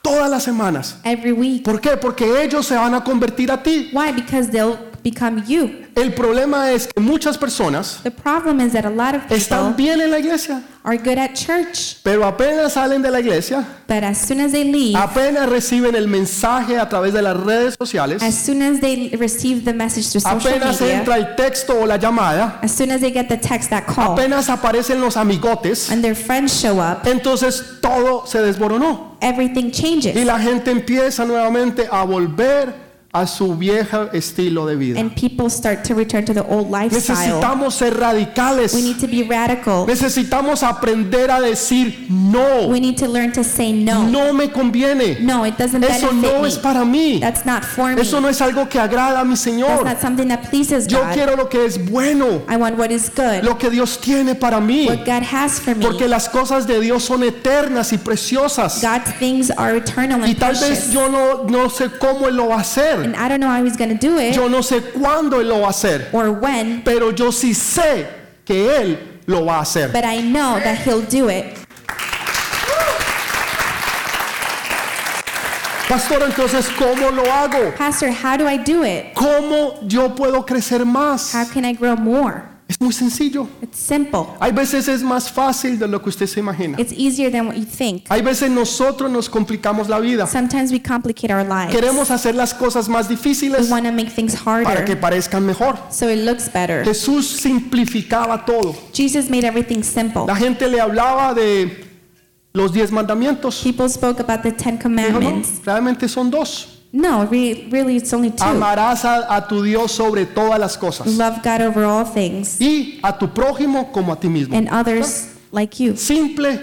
A: todas las semanas.
B: Every week.
A: ¿Por qué? Porque ellos se van a convertir a ti.
B: Why? Because they'll become you.
A: El problema es que muchas personas
B: The problem is that a lot of
A: están
B: people
A: bien en la iglesia,
B: are good at church,
A: Pero apenas salen de la iglesia,
B: but as soon as they leave,
A: apenas reciben el mensaje a través de las redes sociales,
B: as soon as they receive the message through social
A: apenas
B: media,
A: entra el texto o la llamada,
B: as soon as they get the text, that call,
A: apenas aparecen los amigotes,
B: and their friends show up,
A: entonces todo se desboronó
B: everything
A: y
B: changes.
A: la gente empieza nuevamente a volver a su viejo estilo de vida.
B: And people start to return to the old lifestyle.
A: Necesitamos ser
B: We
A: radicales,
B: need to be radical.
A: necesitamos aprender a decir no,
B: We need to learn to say no.
A: no me conviene,
B: No, it doesn't
A: eso no es
B: benefit me.
A: para mí,
B: That's not for me.
A: eso no es algo que agrada a mi
B: That's
A: Señor.
B: not something that pleases
A: Yo
B: God.
A: quiero lo que es bueno,
B: I want what is good,
A: lo que Dios tiene para mí,
B: what God has for me.
A: porque las cosas de Dios son eternas y preciosas.
B: God's things are eternal
A: Y
B: and
A: tal vez
B: precious.
A: yo no, no sé cómo Él lo va a hacer,
B: And I don't know how he's going to do it
A: yo no sé cuándo Él lo va a hacer,
B: or when,
A: pero yo sí sé que Él lo va a hacer.
B: but I know that he'll do it.
A: Pastor, entonces, ¿cómo lo hago?
B: Pastor, how do I do it?
A: ¿Cómo yo puedo crecer más?
B: Ah. How can I grow more?
A: Es muy sencillo.
B: It's simple.
A: Hay veces es más fácil de lo que usted se imagina.
B: It's easier than what you think.
A: Hay veces nosotros nos complicamos la vida.
B: Sometimes we complicate our lives.
A: Queremos hacer las cosas más
B: We
A: difíciles
B: want to make things
A: para que
B: harder
A: parezcan mejor.
B: so it looks better.
A: Jesús simplificaba todo.
B: Jesus made everything simple.
A: La gente le hablaba de los diez mandamientos.
B: People spoke about the Ten
A: Dijo, no,
B: Commandments.
A: realmente son dos.
B: No, re- really, it's only two.
A: Amarás a, a tu Dios sobre todas las cosas
B: Love God over all things
A: y a tu prójimo como a ti mismo.
B: and others like you.
A: Simple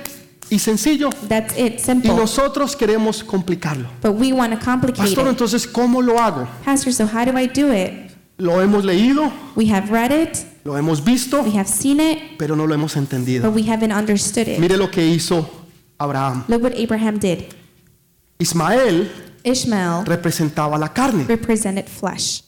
A: y sencillo.
B: That's it,
A: Y
B: simple.
A: nosotros queremos complicarlo.
B: But we want to complicate
A: Pastor,
B: it.
A: entonces, ¿cómo lo hago?
B: Pastor, so how do I do it?
A: Lo hemos leído,
B: We have read it,
A: lo hemos visto,
B: we have seen it,
A: pero no lo hemos entendido.
B: but we haven't understood it.
A: Mire lo que hizo Abraham.
B: Look what Abraham did.
A: Ismael
B: Ishmael
A: representaba la carne.
B: represented flesh.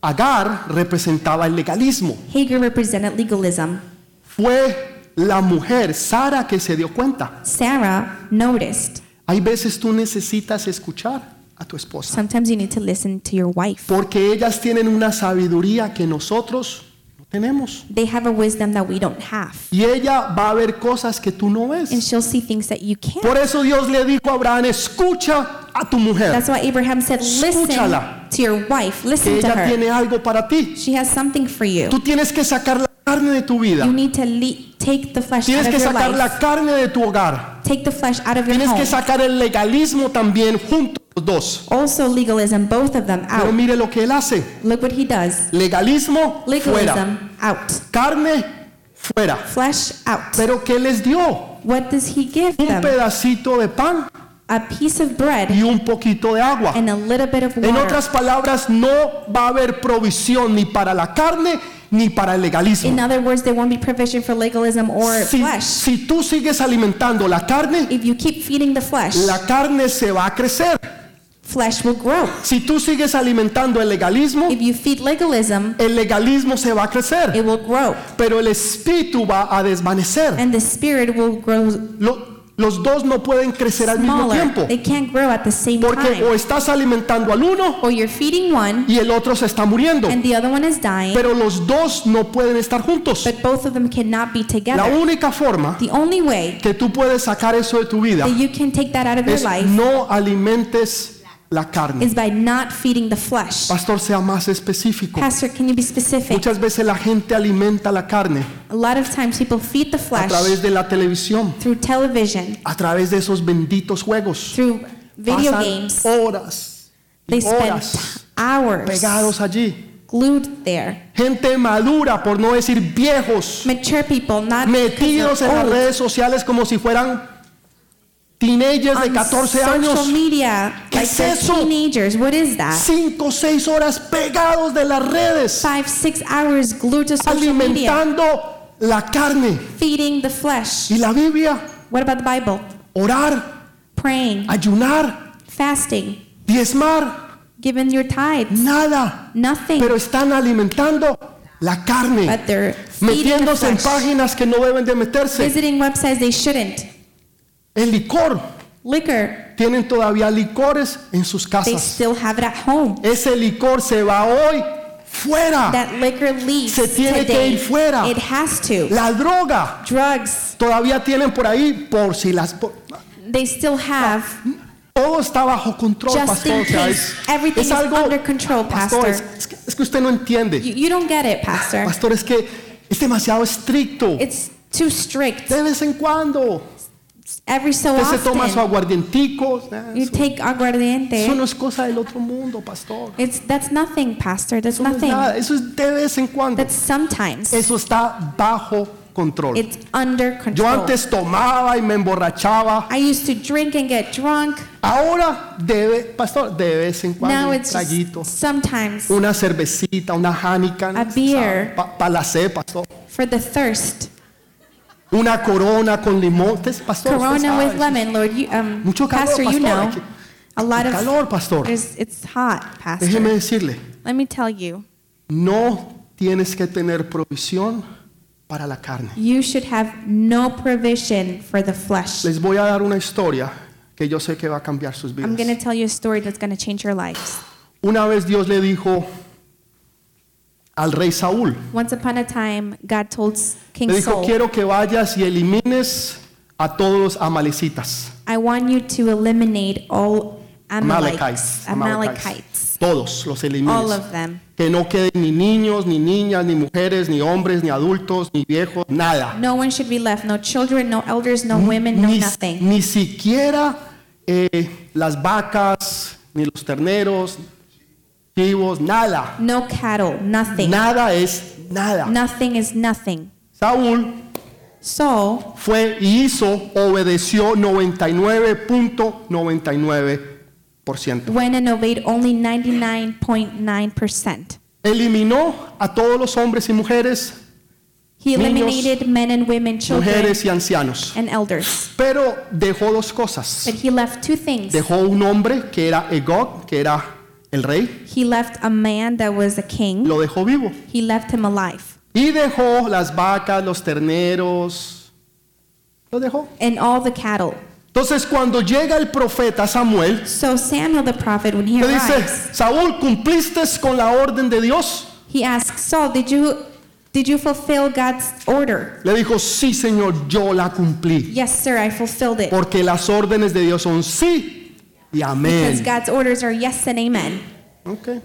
A: Agar representaba el legalismo.
B: Hagar represented legalism.
A: Fue la mujer, Sara, que se dio cuenta.
B: Sarah noticed.
A: Hay veces tú necesitas escuchar a tu esposa.
B: Sometimes you need to listen to your wife.
A: Porque ellas tienen una sabiduría que nosotros no tenemos.
B: They have a wisdom that we don't have.
A: Y ella va a ver cosas que tú no
B: And
A: ves.
B: she'll see things that you can't.
A: Por eso Dios le dijo a Abraham, escucha a tu mujer.
B: That's why Abraham said, Listen
A: Escúchala.
B: to your wife,
A: Que
B: listen to
A: ella
B: her.
A: tiene algo para ti.
B: She has something for you.
A: Tú tienes que sacar la carne de tu vida.
B: You need to le- take the flesh out
A: Tienes
B: of
A: que
B: your
A: sacar
B: life.
A: la carne de tu hogar.
B: Take the flesh out of your
A: Tienes que
B: home.
A: sacar el legalismo también juntos los dos.
B: Also legalism, both of them
A: Pero
B: out.
A: mire lo que él hace.
B: Look what he does.
A: Legalismo fuera.
B: Legalism out.
A: Carne fuera.
B: Flesh out.
A: Pero ¿qué les dio?
B: What does he give
A: Un
B: them?
A: pedacito de pan
B: A piece of bread
A: y un poquito de agua.
B: and a little bit of
A: En
B: water.
A: otras palabras, no va a haber provisión ni para la carne ni para el
B: In
A: legalismo.
B: other words, there won't be provision for legalism or
A: Si,
B: flesh.
A: si tú sigues alimentando la carne,
B: If you keep feeding the flesh,
A: la carne se va a crecer.
B: flesh will grow.
A: Si tú sigues alimentando el legalismo,
B: If you feed legalism,
A: el legalismo se va a crecer,
B: it will grow.
A: pero el espíritu va a desvanecer.
B: And the spirit will grow
A: Lo- los dos no pueden crecer al mismo
B: smaller.
A: tiempo,
B: They can't grow at the same
A: porque o
B: time.
A: estás alimentando al uno
B: Or you're feeding one
A: y el otro se está muriendo,
B: and the other one is dying,
A: pero los dos no pueden estar juntos.
B: but both of them cannot be
A: La
B: together.
A: única forma
B: The only way
A: que tú puedes sacar eso de tu vida
B: that you can take that out of your
A: es
B: life
A: no alimentes la carne.
B: is by not feeding the flesh.
A: Pastor, sea más específico.
B: Pastor, can you be specific?
A: Muchas veces la gente alimenta la carne
B: A lot of times people feed the
A: a
B: flesh
A: través de la televisión,
B: through television,
A: a través de esos benditos juegos.
B: through video
A: pasan
B: games.
A: horas y
B: They spend
A: horas
B: hours
A: pegados allí.
B: glued there.
A: Gente madura, por no decir viejos,
B: Mature people, not
A: metidos
B: because
A: en
B: they're
A: las
B: old.
A: redes sociales como si fueran teenagers de
B: on
A: 14
B: social
A: años.
B: media,
A: ¿Qué
B: like
A: es
B: they're
A: eso?
B: teenagers. What is that?
A: 5 o 6 horas pegados de las redes,
B: Five, six hours glued to social media,
A: alimentando la carne.
B: feeding the flesh.
A: Y la Biblia,
B: What about the Bible?
A: orar,
B: Praying,
A: ayunar,
B: fasting,
A: diezmar,
B: giving your tithes,
A: nada.
B: nothing.
A: Pero están alimentando la carne,
B: But they're feeding the
A: metiéndose en
B: flesh,
A: páginas que no deben de meterse.
B: visiting websites they shouldn't,
A: El licor.
B: liquor.
A: Tienen todavía licores en sus
B: They
A: casas.
B: still have it at home.
A: Ese licor se va hoy fuera.
B: That liquor leaves
A: Se tiene que
B: today.
A: ir fuera.
B: It has to.
A: La droga
B: Drugs,
A: todavía tienen por ahí por si las... por-
B: they still have.
A: todo está bajo control,
B: Just
A: pastor.
B: in
A: o sea,
B: case.
A: es,
B: Everything
A: es
B: is
A: algo...
B: under control,
A: Pastor, es,
B: pastor.
A: es que, es que usted no entiende.
B: You, you don't get it, pastor.
A: Pastor, es que es demasiado estricto.
B: It's too strict.
A: De vez en cuando.
B: Every so
A: Usted se toma su
B: often,
A: aguardientico. o sea,
B: you
A: Eso,
B: take
A: eso
B: aguardiente.
A: no es cosa del otro mundo, pastor.
B: It's that's nothing, pastor. That's
A: Eso no es nada,
B: nothing.
A: Eso es de vez en cuando.
B: That's sometimes.
A: Eso está bajo control.
B: It's under
A: Yo
B: control.
A: antes tomaba y me emborrachaba.
B: I used to drink and get drunk.
A: Ahora debe, pastor, de vez en cuando
B: Now
A: un
B: it's
A: traguito,
B: just sometimes
A: una cervecita, una Hanukkah,
B: A beer.
A: para la sed, pastor.
B: for the thirst.
A: Una corona con limón, Usted, pastor. usted
B: Corona
A: sabe,
B: with
A: eso-
B: lemon, Lord. You, um,
A: Mucho calor,
B: pastor, you
A: pastor,
B: know,
A: aquí.
B: a lot of
A: Calor, pastor.
B: there's, it's hot,
A: Déjeme
B: pastor.
A: decirle,
B: Let me tell you,
A: no tienes que tener provisión para la carne.
B: you should have no provision for the flesh.
A: Les voy a dar una historia que yo sé que va a cambiar sus vidas.
B: I'm going to tell you a story that's going to change your lives.
A: Una vez Dios le dijo al rey Saúl.
B: Once upon a time, God told King
A: Le dijo,
B: Saul,
A: quiero que vayas y elimines a todos los amalecitas.
B: I want you to eliminate all
A: Amalekites.
B: Amalekites, Amalekites,
A: Todos los elimines.
B: all of them.
A: Que no queden ni niños, ni niñas, ni mujeres, ni hombres, ni adultos, ni viejos, nada.
B: No one should be left, no children, no elders, no women, no
A: ni,
B: nothing.
A: ni siquiera eh, las vacas, ni los terneros, chivos, nada.
B: No cattle, nothing.
A: Nada es nada.
B: Nothing is nothing.
A: Saúl
B: Saul
A: fue y hizo, obedeció 99.99%.
B: went and obeyed only 99.9%.
A: Eliminó a todos los hombres y mujeres,
B: He
A: Niños,
B: eliminated men and women, children,
A: mujeres y ancianos.
B: and elders.
A: Pero dejó dos cosas.
B: But he left two things.
A: Dejó un hombre que era Egog, que era el rey,
B: He left a man that was a king.
A: lo dejó vivo.
B: He left him alive.
A: Y dejó las vacas, los terneros. Lo dejó.
B: And all the cattle.
A: Entonces cuando llega el profeta Samuel,
B: So Samuel the prophet, when he
A: le dice,
B: arrives,
A: Saúl, ¿cumpliste con la orden de Dios?
B: he asks Saul, "Did you did you fulfill God's order?"
A: Le dijo, sí, Señor, yo la cumplí.
B: Yes, sir. I fulfilled it.
A: Porque las órdenes de Dios son sí y
B: Because
A: amén.
B: God's orders are yes and amen.
A: Ok.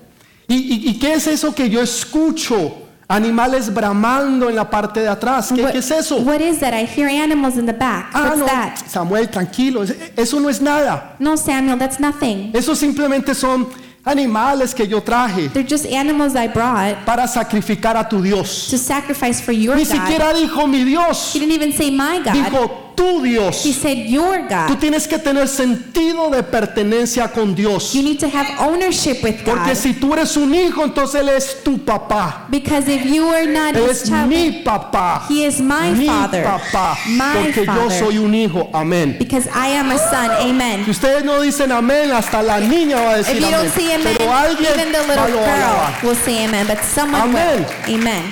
A: ¿Y, y, y qué es eso que yo escucho? Animales bramando en la parte de atrás. ¿Qué,
B: What-
A: qué es eso?
B: What is that? I hear animals in the back.
A: Ah,
B: What's
A: no,
B: that?
A: Samuel, tranquilo. es- Eso no es nada.
B: No, Samuel, that's nothing.
A: Eso simplemente son animales que yo traje
B: They're just animals I brought
A: para sacrificar a tu Dios.
B: to sacrifice for your
A: Ni
B: God.
A: siquiera dijo mi
B: He
A: Dios.
B: didn't even say my God.
A: Dijo tu
B: He
A: Dios.
B: said your
A: Tú
B: God.
A: tienes que tener sentido de pertenencia con Dios.
B: You need to have ownership with
A: Porque
B: God.
A: si tú eres un hijo, entonces Él es tu papá.
B: Because if you are not
A: Él
B: his
A: es
B: child,
A: mi papá.
B: he is my
A: mi
B: father.
A: papá.
B: My
A: Porque yo
B: father.
A: soy un hijo. Amén.
B: Because I am a son. Amen.
A: Si ustedes no dicen amén, hasta la niña va a
B: If
A: decir
B: you don't
A: amén.
B: say amen,
A: Pero alguien
B: even the
A: va a
B: little
A: lo
B: girl
A: alabar.
B: will say amen. But someone
A: Amen.
B: will. Amen.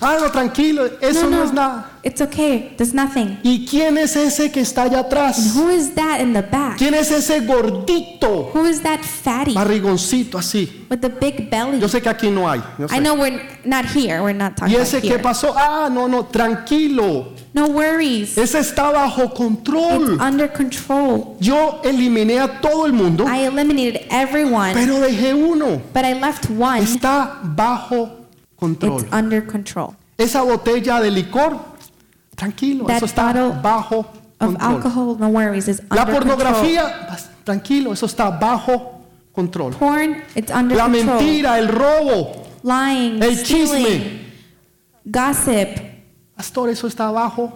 A: Ah, no, tranquilo. Eso
B: no,
A: no,
B: no.
A: es nada.
B: It's okay. There's nothing.
A: ¿Y quién es ese que está allá atrás?
B: Who is that in the back?
A: ¿Quién es ese gordito?
B: Who is that fatty
A: Barrigoncito así.
B: with the big belly?
A: Yo sé que aquí no hay. yo sé.
B: I know we're not here. We're not
A: ¿Y
B: talking about
A: ese qué
B: here.
A: pasó? Ah, no, no, tranquilo.
B: No worries.
A: Ese está bajo control.
B: It's under control.
A: Yo eliminé a todo el mundo,
B: I eliminated everyone,
A: pero dejé uno.
B: but I left one.
A: Está bajo
B: It's
A: control.
B: under control.
A: Esa botella de licor, tranquilo,
B: That
A: eso está
B: bottle
A: bajo
B: Of
A: control.
B: alcohol, no worries. It's
A: La
B: under control.
A: pornografía, bas- tranquilo, eso está bajo control.
B: Porn, it's under
A: La
B: control.
A: mentira, el robo,
B: Lying,
A: el
B: stealing,
A: chisme,
B: gossip,
A: pastor, eso está bajo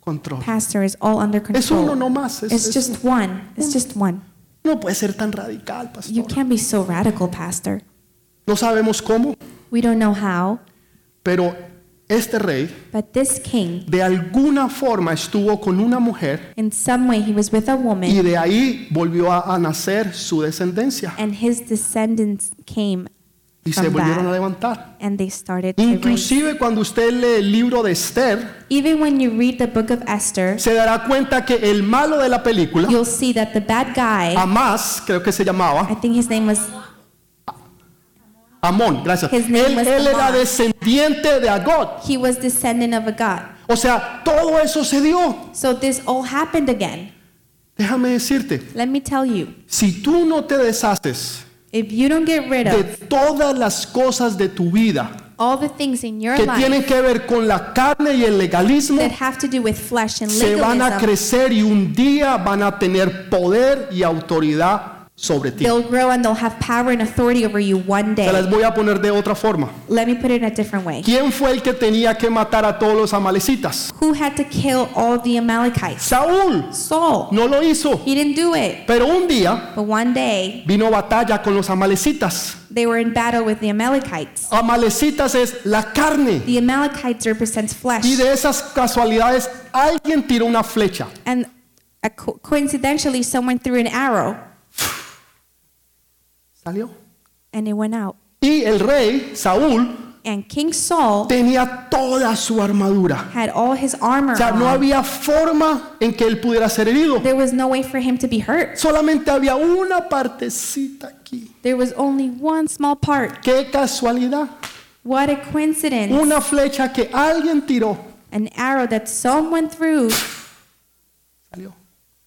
A: control.
B: pastor is all under
A: Es
B: control.
A: uno nomás. Es,
B: It's
A: es-
B: just one. It's just one.
A: no puede ser tan radical,
B: You
A: pastor.
B: can't be so radical, pastor.
A: No sabemos cómo,
B: We don't know how,
A: pero este rey
B: but this king,
A: de alguna forma estuvo con una mujer
B: in some way, he was with a woman.
A: Y de ahí volvió a, a nacer su descendencia
B: and his descendants came
A: y se
B: from
A: volvieron a
B: that,
A: levantar.
B: and they started to raise.
A: Inclusive cuando usted lee el libro de Esther,
B: Even when you read the book of Esther,
A: se dará cuenta que el malo de la película,
B: you'll see that the bad guy,
A: Amás, creo que se
B: I
A: llamaba,
B: think his name was,
A: Amón, gracias.
B: His name
A: Él,
B: was
A: él era
B: Amás.
A: descendiente de Agot.
B: he was descendant of a god.
A: O sea, todo eso se dio.
B: So this all happened again.
A: Déjame decirte,
B: Let me tell you,
A: si tú no te deshaces
B: if you don't get rid
A: de
B: of
A: todas las cosas de tu vida
B: all the things in your
A: que
B: life
A: tienen que ver con la carne y el legalismo,
B: that have to do with flesh and
A: se van a
B: legalism,
A: crecer y un día van a tener poder y autoridad sobre ti.
B: they'll grow and they'll have power and authority over you one
A: Se las
B: day.
A: voy a poner de otra forma.
B: Let me put it in a different way.
A: ¿Quién fue el que tenía que matar a todos los amalecitas?
B: Who had to kill all the Amalekites?
A: Saúl
B: Saul.
A: no lo hizo,
B: He didn't do it.
A: pero un día
B: But one day,
A: vino batalla con los amalecitas.
B: they were in battle with the Amalekites.
A: Amalecitas es la carne
B: The Amalekites represents flesh.
A: y de esas casualidades alguien tiró una flecha.
B: And a co- coincidentally, someone threw an arrow
A: Salió.
B: and it went out.
A: Y el rey Saúl
B: And King Saul
A: tenía toda su armadura.
B: had all his armor
A: O sea, no
B: on.
A: había forma en que él pudiera ser herido.
B: There was no way for him to be hurt.
A: Solamente había una partecita aquí.
B: There was only one small part.
A: Qué casualidad.
B: What a coincidence.
A: Una flecha que alguien tiró.
B: An arrow that someone threw,
A: salió.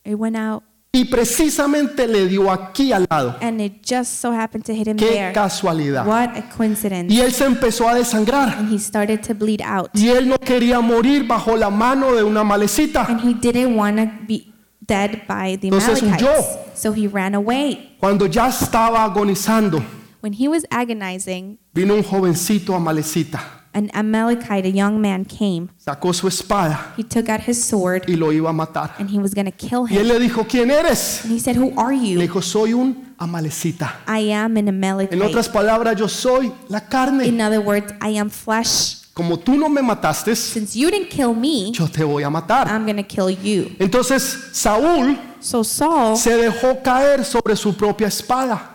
B: it went out
A: Y precisamente le dio aquí al lado.
B: and it just so happened to hit him
A: Qué
B: there.
A: casualidad.
B: What a coincidence.
A: Y él se empezó a desangrar.
B: And he started to bleed out.
A: Y él no quería morir bajo la mano de una malecita.
B: And he didn't want to be dead by the
A: Entonces
B: Amalekites.
A: huyó.
B: So he ran away.
A: Cuando ya estaba agonizando,
B: When he was agonizing,
A: vino un jovencito amalecita.
B: an Amalekite, a young man, came.
A: Sacó su espada
B: He took out his sword
A: y lo iba a matar.
B: and he was going to kill
A: Y
B: him.
A: él le dijo, ¿quién eres?
B: And he said, Who are
A: Le
B: you?
A: dijo, soy un amalecita.
B: I am an
A: En otras
B: Amalekite.
A: palabras, yo soy la carne.
B: In other words, I am flesh.
A: Como tú no me mataste,
B: Since you didn't kill me,
A: yo te voy a matar.
B: I'm going to kill you.
A: Entonces Saúl
B: So Saul
A: se dejó caer sobre su propia espada.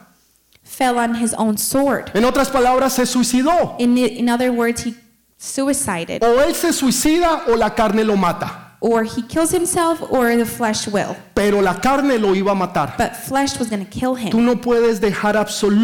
B: fell on his own sword.
A: En otras palabras, se suicidó.
B: In, in other words, he suicided.
A: O él se suicida o la carne lo mata.
B: Or he kills himself or the flesh will.
A: Pero la carne lo iba a matar.
B: But flesh was going to kill him.
A: Tú no puedes dejar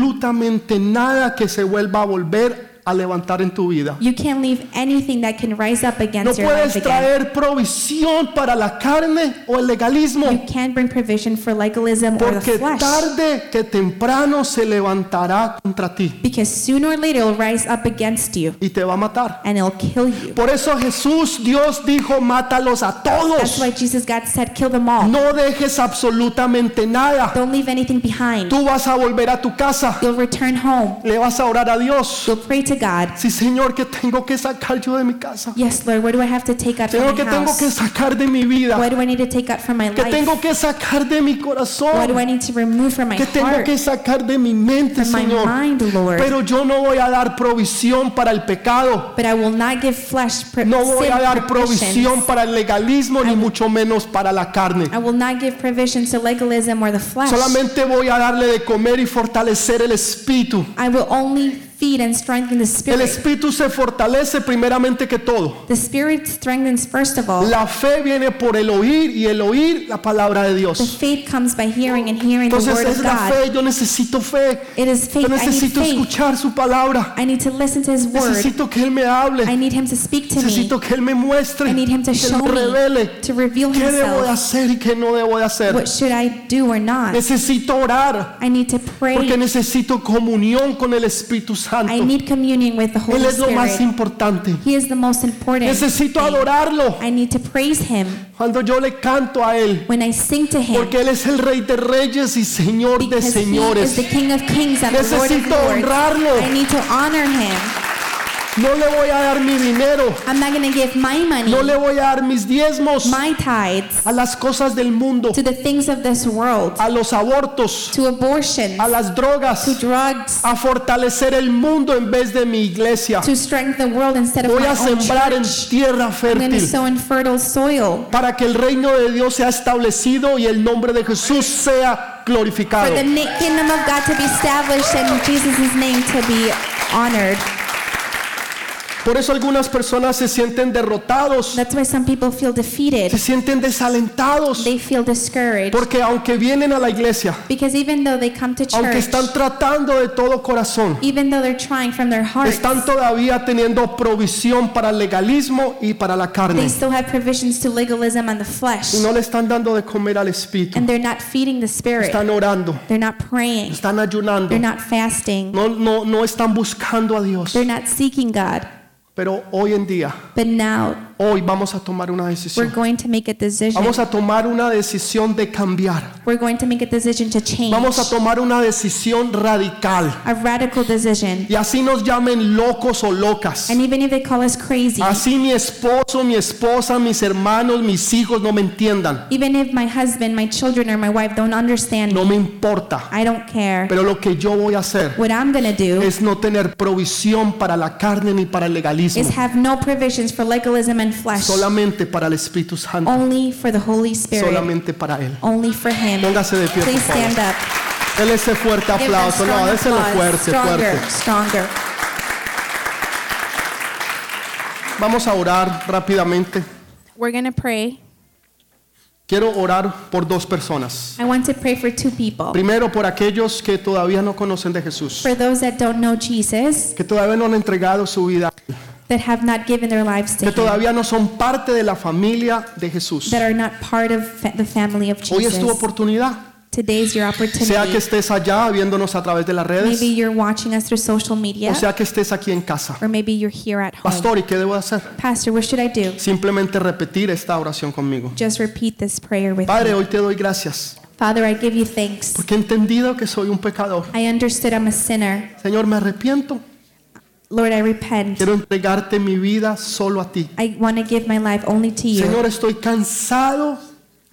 A: absolutamente nada que se vuelva a volver a levantar en tu vida.
B: You can't leave anything that can rise up
A: No
B: against your life
A: puedes
B: again.
A: traer provisión para la carne o el
B: You
A: legalismo.
B: can't bring provision for legalism or the
A: Porque
B: flesh.
A: tarde que temprano se levantará contra ti
B: Because sooner or later it'll rise up against you
A: y te va a matar.
B: and it'll kill you.
A: Por eso Jesús, Dios dijo, mátalos a
B: That's
A: todos.
B: why Jesus God said, kill them all.
A: No dejes absolutamente nada.
B: Don't leave anything behind.
A: Tú vas a volver a tu casa.
B: You'll return home.
A: Le vas a orar a Dios.
B: You'll pray to God.
A: Sí, Señor, que tengo que sacar yo de mi casa.
B: Yes, Lord, what do I have to take out from
A: Señor,
B: my
A: que tengo que
B: house?
A: sacar de mi vida.
B: What do I need to take out from my
A: Que
B: life?
A: tengo que sacar de mi
B: What do
A: corazón.
B: I need to remove from my
A: Que tengo
B: heart?
A: que sacar de mi mente,
B: From my
A: Señor.
B: mind, Lord.
A: Pero yo no voy a dar provisión para el pecado.
B: But I will not give flesh pr-
A: No voy
B: sin
A: a dar
B: permission.
A: provisión para el legalismo, ni mucho menos para la carne.
B: I will not give provision to legalism or the flesh.
A: Solamente voy a darle de comer y fortalecer el espíritu.
B: I will only feed and strengthen the
A: El
B: spirit.
A: espíritu se fortalece primeramente que todo.
B: the spirit strengthens first of all.
A: La fe viene por el oír y el oír la palabra de
B: the
A: Dios.
B: faith comes by hearing and hearing the
A: Entonces
B: Pues, word
A: es
B: of
A: la
B: God.
A: fe, yo necesito fe.
B: It is
A: Yo
B: faith. I need
A: necesito
B: faith.
A: escuchar su palabra.
B: I need to listen to his word.
A: Necesito que Él me
B: I
A: hable.
B: need him to speak to
A: Necesito que Él me muestre.
B: I need him to
A: Que Él
B: show
A: me
B: me,
A: revele
B: to reveal
A: qué debo de
B: himself.
A: hacer y qué no debo de hacer.
B: What should I do or not?
A: Necesito orar
B: I need to pray.
A: porque necesito comunión con el Espíritu Santo.
B: I need communion with the Holy
A: Él es lo más
B: Spirit.
A: importante.
B: He is the most important.
A: Necesito
B: thing.
A: adorarlo
B: I need to praise him
A: cuando yo le canto a Él.
B: when I sing to him.
A: Porque Él es el Rey de Reyes y Señor de
B: Because he is
A: Señores.
B: the King of Kings and the Lord of
A: Necesito
B: Lords.
A: honrarlo.
B: I need to honor him.
A: No le voy a dar mi dinero.
B: I'm not going to give my money,
A: No le voy a dar mis diezmos
B: my tithes,
A: a las cosas del mundo,
B: to the things of this world,
A: a los abortos,
B: to abortion,
A: a las
B: to
A: drogas,
B: drugs,
A: a fortalecer el mundo en vez de mi iglesia.
B: to strengthen the world instead of
A: Voy
B: my
A: a
B: own
A: sembrar en
B: church.
A: tierra
B: I'm going to
A: fértil
B: sow in fertile soil
A: para que el reino de Dios sea establecido y el nombre de Jesús sea
B: for
A: glorificado.
B: the na- kingdom of God to be established and Jesus' name to be honored.
A: Por eso algunas personas se sienten derrotados,
B: That's why some people feel
A: se
B: defeated.
A: sienten desalentados,
B: They feel discouraged
A: porque aunque vienen a la iglesia,
B: because even though they come to
A: aunque
B: church,
A: están tratando de todo corazón,
B: even though they're trying from their heart,
A: están todavía teniendo provisión para el legalismo y para la
B: They
A: carne.
B: still have provisions to legalism and the flesh.
A: Y no le están dando de comer al espíritu.
B: And they're not feeding the spirit.
A: Están orando,
B: They're not praying.
A: están ayunando,
B: They're not fasting.
A: no, no, no están buscando a Dios.
B: They're not seeking God.
A: Pero hoy en día,
B: But now
A: hoy vamos a tomar una
B: we're
A: decisión.
B: going to make a decision.
A: Vamos a tomar una decisión de cambiar.
B: We're going to make a decision to change.
A: Vamos a tomar una decisión radical.
B: A radical decision.
A: Y así nos llamen locos o locas.
B: And even if they call us crazy,
A: Así mi esposo, mi esposa, mis hermanos, mis hijos no me entiendan.
B: even if my husband, my children, or my wife don't understand
A: No
B: me,
A: me importa.
B: I don't care.
A: Pero lo que yo voy a hacer
B: What I'm going to do
A: es no tener provisión para la carne ni para el
B: is
A: legalismo,
B: have no provisions for legalism and flesh,
A: solamente para el Espíritu Santo,
B: only for the Holy Spirit,
A: solamente para Él.
B: only for Him.
A: Póngase de pie, por
B: Please stand
A: favor.
B: up.
A: Dele ese fuerte
B: Give them
A: aplauso. No,
B: strong
A: déselo
B: applause.
A: fuerte,
B: stronger,
A: fuerte.
B: stronger.
A: Vamos a orar rápidamente.
B: We're gonna pray.
A: Quiero orar por dos personas.
B: I want to pray for two people.
A: Primero, por aquellos que todavía no conocen de Jesús,
B: For those that don't know Jesus,
A: que todavía no han entregado su vida,
B: that have not given their lives to
A: que
B: Him,
A: todavía no son parte de la familia de Jesús.
B: that are not part of fa- the family of
A: Hoy es tu
B: Jesus.
A: oportunidad.
B: Today's your
A: Sea que
B: opportunity.
A: estés allá viéndonos a través de las
B: Maybe
A: redes,
B: you're watching us through social
A: o
B: media,
A: sea que estés aquí en casa.
B: or maybe you're here at home.
A: Pastor, ¿y qué debo hacer?
B: Pastor, what should I do?
A: Simplemente repetir esta oración conmigo.
B: Just repeat this prayer with
A: Padre,
B: me.
A: hoy te doy gracias,
B: Father, I give you thanks.
A: porque he entendido que soy un pecador.
B: I understood I'm a sinner.
A: Señor, me arrepiento.
B: Lord, I repent.
A: Quiero entregarte mi vida solo a ti.
B: I want to give my life only to you.
A: Señor, estoy cansado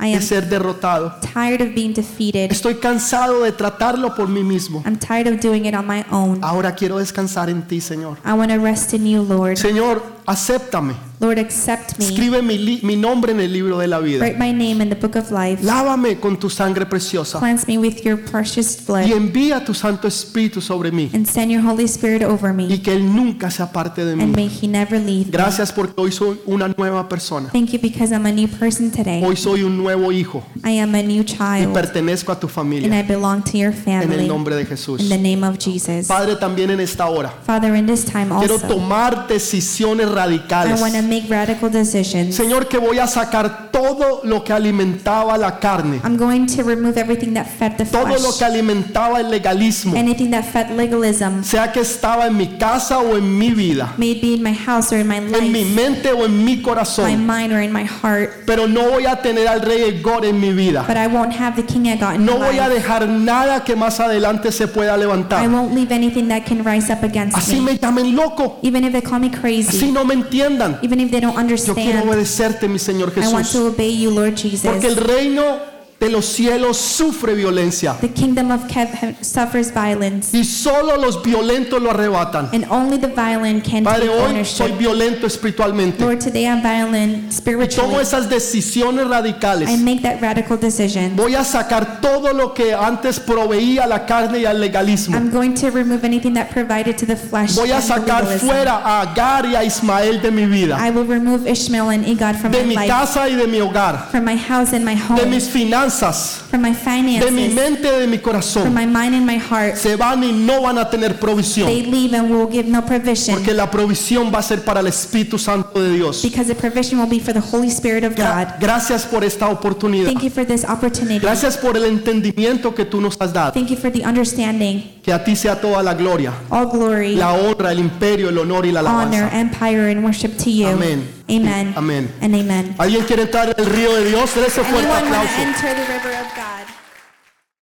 B: I
A: de
B: am
A: ser derrotado.
B: tired of being defeated.
A: Estoy cansado de tratarlo por mí mismo.
B: I'm tired of doing it on my own.
A: Ahora quiero descansar en ti, Señor.
B: I want to rest in you, Lord.
A: Señor, acéptame.
B: Lord, accept me.
A: Escribe mi, li- mi nombre en el libro de la vida.
B: Write my name in the book of life.
A: Lávame con tu sangre preciosa
B: Cleanse me with your precious
A: y
B: blood
A: envía tu Santo Espíritu sobre mí
B: and send your Holy Spirit over
A: y
B: me.
A: que Él nunca se aparte de mí.
B: And may He never leave me.
A: Gracias porque hoy soy una nueva persona.
B: Thank you because I'm a new person today.
A: Hoy soy un nuevo hijo
B: I am a new
A: y
B: child
A: pertenezco a tu
B: and
A: familia
B: I belong to
A: en
B: your family
A: el nombre de
B: in
A: Jesús.
B: the name of Jesus.
A: Padre, también en esta hora
B: Father, in this time
A: quiero
B: also,
A: tomar decisiones
B: I
A: radicales.
B: want to make radical decisions.
A: Señor, que voy a sacar todo lo que alimentaba la carne,
B: I'm going to remove everything that fed the
A: todo lo que
B: flesh,
A: alimentaba el legalismo,
B: anything that fed legalism,
A: sea que estaba en mi casa o en mi vida,
B: may it be in my house or in my
A: en mi
B: life,
A: mente o en mi
B: my
A: corazón.
B: mind or in my heart.
A: Pero no voy a tener al rey Egor en mi vida.
B: But I won't have the king I got in
A: No
B: my
A: voy a
B: life.
A: dejar nada que más adelante se pueda
B: I
A: levantar.
B: won't leave anything that can rise up against
A: Así
B: me.
A: me llamen loco,
B: Even if they call me
A: así
B: crazy,
A: no me entiendan.
B: even if they don't
A: Yo quiero
B: understand,
A: obedecerte, mi Señor
B: I want
A: Jesús,
B: to obey you, Lord
A: porque el
B: Jesus.
A: reino de los cielos sufre violencia
B: The kingdom of Kev suffers violence,
A: y solo los violentos lo arrebatan.
B: and only the violent can
A: Padre,
B: take
A: hoy soy
B: ownership.
A: violento espiritualmente.
B: Lord, today I'm violent
A: Y tomo
B: spiritually.
A: esas decisiones
B: I
A: radicales.
B: make that radical decision.
A: Voy a sacar todo lo que antes proveía a la carne y al legalismo.
B: I'm going to remove anything that provided to the flesh.
A: Voy a
B: and the
A: sacar
B: legalism.
A: fuera a Agar y a Ismael de mi vida,
B: I will remove Ishmael and Egod from
A: de mi
B: my life,
A: casa y de mi hogar,
B: from my house and my
A: de
B: home,
A: mis finanzas,
B: from my
A: de mi
B: finances,
A: mente, de mi
B: from
A: corazón.
B: my mind and my heart.
A: Se van y no van a tener provisión,
B: They leave and will give no provision
A: porque la provisión va a ser para el Espíritu Santo de Dios.
B: because the provision will be for the Holy Spirit of
A: Gra-
B: God.
A: Gracias por esta oportunidad.
B: Thank you for this opportunity.
A: Gracias por el entendimiento que tú nos has dado.
B: Thank you for the understanding.
A: Que a ti sea toda la gloria,
B: All glory,
A: la honra, el imperio, el honor y la
B: honor,
A: alabanza.
B: empire, and worship to you.
A: Amén.
B: Amen.
A: Amén.
B: And amen.
A: ¿Alguien quiere entrar en el río de Dios? Dele ese fuerte
B: Anyone want to
A: aplauso.
B: enter the river of God?